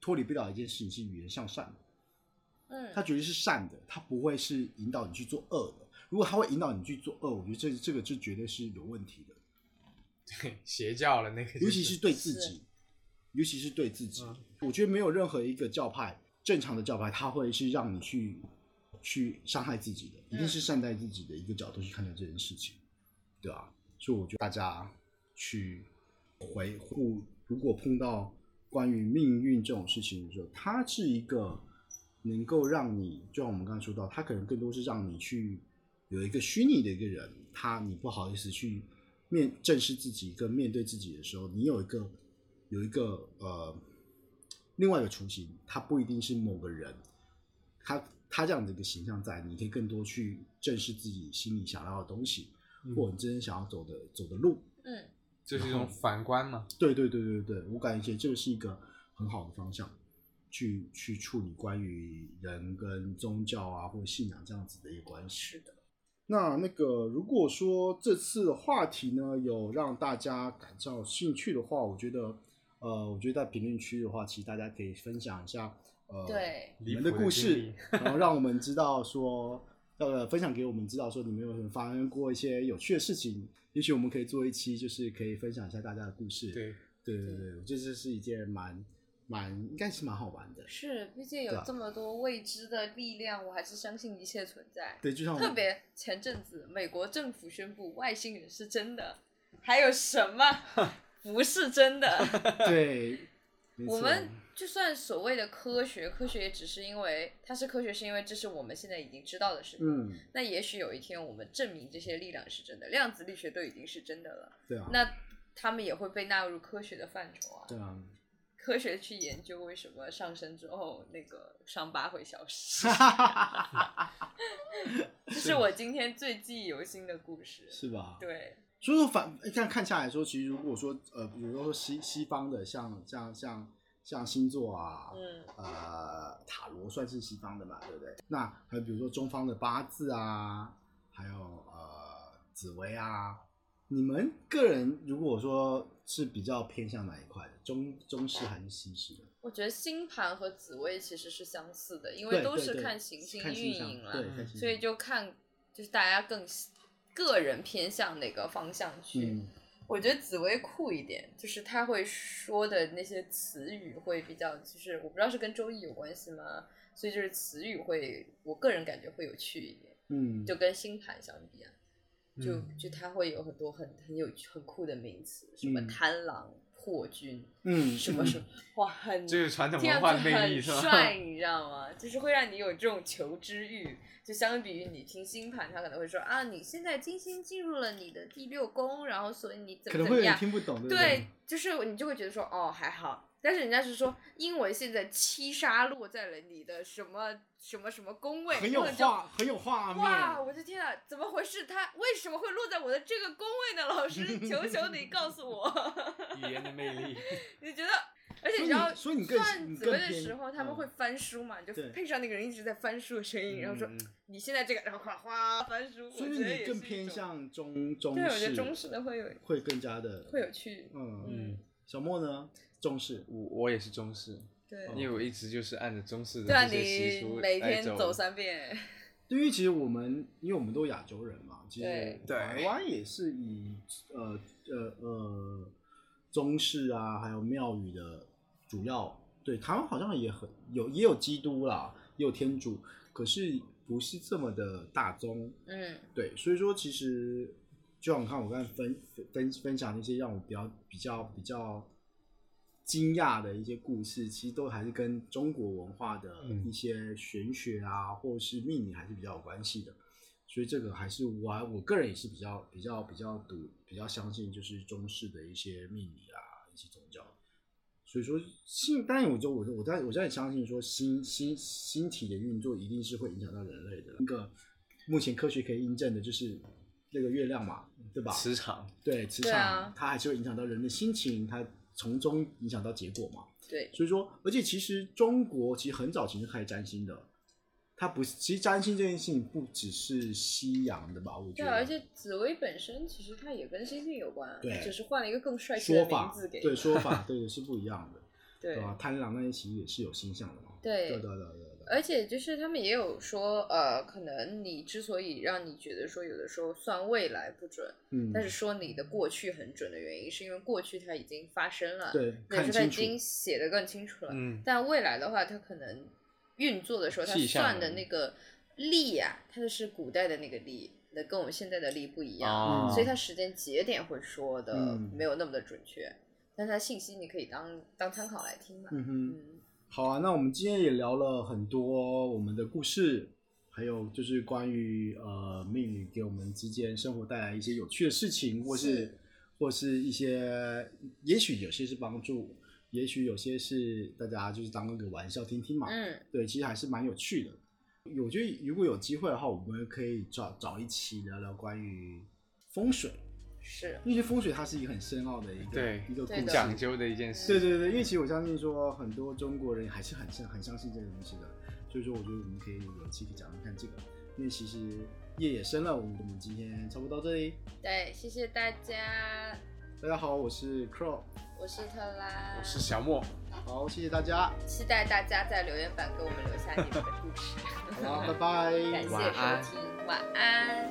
S2: 脱离不了一件事情是语言向善的。
S3: 嗯，
S2: 它绝对是善的，它不会是引导你去做恶的。如果它会引导你去做恶，我觉得这这个就绝对是有问题的，
S1: 邪教了那个、
S2: 尤其是对自
S3: 是
S2: 己，尤其是对自己。
S1: 嗯
S2: 我觉得没有任何一个教派，正常的教派，它会是让你去去伤害自己的，一定是善待自己的一个角度去看待这件事情，对吧、所以我觉得大家去回顾，如果碰到关于命运这种事情的时候，它是一个能够让你，就像我们刚才说到，它可能更多是让你去有一个虚拟的一个人，他你不好意思去面正视自己跟面对自己的时候，你有一个有一个呃另外一个雏形，它不一定是某个人，他他这样的一个形象在，你可以更多去正视自己心里想要的东西，
S1: 嗯
S2: 或你真正想要走的走的路。
S3: 嗯
S1: 这是一种反观嘛。
S2: 对对对对对，我感觉这个是一个很好的方向，去去处理关于人跟宗教啊或者信仰这样子的一个关系。
S3: 是的，
S2: 那那个，如果说这次的话题呢有让大家感到兴趣的话，我觉得，呃，我觉得在评论区的话，其实大家可以分享一下，呃，
S3: 对
S2: 你们的故事
S1: 离谱的经历，
S2: 然后让我们知道说，呃，分享给我们知道说你们有没有发生过一些有趣的事情，也许我们可以做一期，就是可以分享一下大家的故事。
S1: 对，
S2: 对对对，我觉得这是一件蛮蛮应该是蛮好玩的。
S3: 是，毕竟
S2: 对
S3: 有
S2: 啊
S3: 这么多未知的力量，我还是相信一切存在。
S2: 对，就像我
S3: 特别前阵子，美国政府宣布外星人是真的，还有什么不是 真的？
S2: 对，没
S3: 我
S2: 错
S3: 们就算所谓的科学，科学也只是因为它是科学，是因为这是我们现在已经知道的事情。
S2: 嗯，
S3: 那也许有一天我们证明这些力量是真的，量子力学都已经是真的了，
S2: 对啊，
S3: 那他们也会被纳入科学的范畴啊。
S2: 对啊，
S3: 科学去研究为什么上升之后那个伤疤会消失，这是我今天最记忆犹新的故事。
S2: 是吧？
S3: 对，
S2: 所以说反这样看下来说，其实如果说呃，比如说西西方的像像像像星座啊，
S3: 嗯，
S2: 呃，塔罗算是西方的嘛，对不对？那还有比如说中方的八字啊，还有呃紫薇啊，你们个人如果说是比较偏向哪一块的，中中式还是西式的？
S3: 我觉得星盘和紫微其实是相似的，因
S2: 因
S3: 为都是看行星运营
S2: 对，嗯
S3: 了，
S2: 看星
S3: 所以
S2: 象
S3: 就看就是大家更个人偏向哪个方向去。
S2: 嗯，
S3: 我觉得紫薇酷一点，就是他会说的那些词语会比较，就是我不知道是跟周易有关系吗？所以就是词语会，我个人感觉会有趣一点，
S2: 嗯，
S3: 就跟星盘相比啊，就
S1: 嗯
S3: 就他会有很多很很有很酷的名词，什么
S2: 嗯
S3: 贪狼、破军，
S2: 嗯
S3: 什么什么，哇，很
S1: 这是传统
S3: 听
S1: 文
S3: 上
S1: 化的
S3: 去
S1: 魅力
S3: 很
S1: 是吧？
S3: 帅，你知道吗？就是会让你有这种求知欲。就相比于你听星盘，他可能会说啊，你现在金星进入了你的第六宫，然后所以你怎
S2: 可
S3: 么
S2: 能会
S3: 怎么
S2: 有点
S3: 样？
S2: 听不懂，对不
S3: 对，就是你就会觉得说哦还好，但是人家是说，因为现在七杀落在了你的什么什么什么宫位，
S2: 很
S3: 你
S2: 有
S3: 可能就
S2: 画，很有画面。
S3: 哇，我的天啊，怎么回事？他为什么会落在我的这个宫位呢？老师，求求你告诉我。
S1: 语言的魅力，
S3: 你觉得，而且
S2: 所以
S3: 你知道
S2: 你所以你更
S3: 算
S2: 你
S3: 紫
S2: 更
S3: 薇的
S2: 偏
S3: 时候，他们
S2: 嗯
S3: 会翻书嘛，你就
S2: 对
S3: 配上那个人一直在翻书的声 音，然后说
S1: 嗯嗯
S3: 你现在这个，然后哗哗翻书。
S2: 所以
S3: 我觉得也
S2: 你更
S3: 是一
S2: 偏
S3: 种，
S2: 向中中
S3: 对，我觉
S2: 式，
S3: 得中式的会有
S2: 会更加的
S3: 会有趣，
S2: 嗯
S3: 嗯，
S2: 小莫呢，中式
S1: 我我也是中式，
S3: 对。
S1: 因为我一直嗯就是按着中式的
S3: 对啊，
S1: 这些习
S3: 你
S1: 俗
S3: 每
S1: 来
S3: 天走
S1: 走
S3: 三遍，
S2: 对于其实我们，因为我们都亚洲人嘛，其实
S3: 对
S1: 对
S2: 台湾也是以呃呃呃宗室啊，还有庙宇的主要，对台湾好像也很有也有基督啦，也有天主，可是不是这么的大宗。
S3: 嗯
S2: 对，所以说其实就像你看我刚才分分分享那些让我比较比较比较惊讶的一些故事，其实都还是跟中国文化的
S1: 嗯
S2: 一些玄学啊，或是命理还是比较有关系的。所以这个还是我还我个人也是比较比较比较赌比较相信就是中式的一些命理啊，一些宗教。所以说心，当然我就我就我在我在相信说心心心体的运作一定是会影响到人类的。那个目前科学可以印证的就是那个月亮嘛，对吧？
S1: 磁场，
S2: 对磁
S3: 对
S2: 场，
S3: 啊
S2: 它还是会影响到人的心情，它从中影响到结果嘛。
S3: 对，
S2: 所以说，而且其实中国其实很早其实开始占星的，它不是其实占星这件事情不只是西洋的吧？我觉
S3: 对
S2: 得，
S3: 啊，而且紫薇本身其实它也跟星星有关，啊
S2: 对
S3: 只是换了一个更帅气的
S2: 说
S3: 名
S2: 法
S3: 字给你
S2: 对
S3: 们
S2: 说法对是不一样的，
S3: 对
S2: 对
S1: 啊
S2: 吧？贪狼那一期也是有星象的嘛，
S3: 对
S2: 对对对对对。
S3: 而且就是他们也有说，呃，可能你之所以让你觉得说有的时候算未来不准，
S2: 嗯，
S3: 但是说你的过去很准的原因，是因为过去它已经发生了，，
S2: 对，
S3: 对，
S2: 看
S3: 是它已
S2: 清楚，
S3: 经写的更清楚了。
S1: 嗯，
S3: 但未来的话，它可能运作的时候，它
S1: 气象
S3: 算的
S1: 而已
S2: 嗯
S3: 那个力呀、它是古代的那个力，那跟我们现在的力不一样，嗯
S1: 啊，
S3: 所以它时间节点会说的
S2: 哦嗯
S3: 没有那么的准确，但它信息你可以当当参考来听嘛。
S2: 嗯哼，
S3: 嗯
S2: 好啊，那我们今天也聊了很多我们的故事，还有就是关于呃命理给我们之间生活带来一些有趣的事情，或是
S3: 是
S2: 或是一些，也许有些是帮助，也许有些是大家就是当个玩笑听听嘛。
S3: 嗯，
S2: 对，其实还是蛮有趣的。我觉得如果有机会的话，我们可以找找一期聊聊关于风水，
S3: 是。
S2: 因为风水它是一个很深奥的一个
S1: 对
S2: 一个故
S3: 对
S2: 事，
S3: 的
S1: 讲究的一件事，
S2: 对对对，因为其实我相信说很多中国人还是很相很相信这个东西的，所以说我觉得我们可以有机会讲讲看这个，因为其实夜也深了，我们我们今天差不多到这里。
S3: 对，谢谢大家，
S2: 大家好，我是 Crow，
S3: 我是特拉，
S1: 我是小莫，
S2: 好，谢谢大家，
S3: 期待大家在留言板给我们留下你们的故事，
S2: 好啦，拜拜，
S3: 感谢
S1: 晚安
S3: 收听，晚安。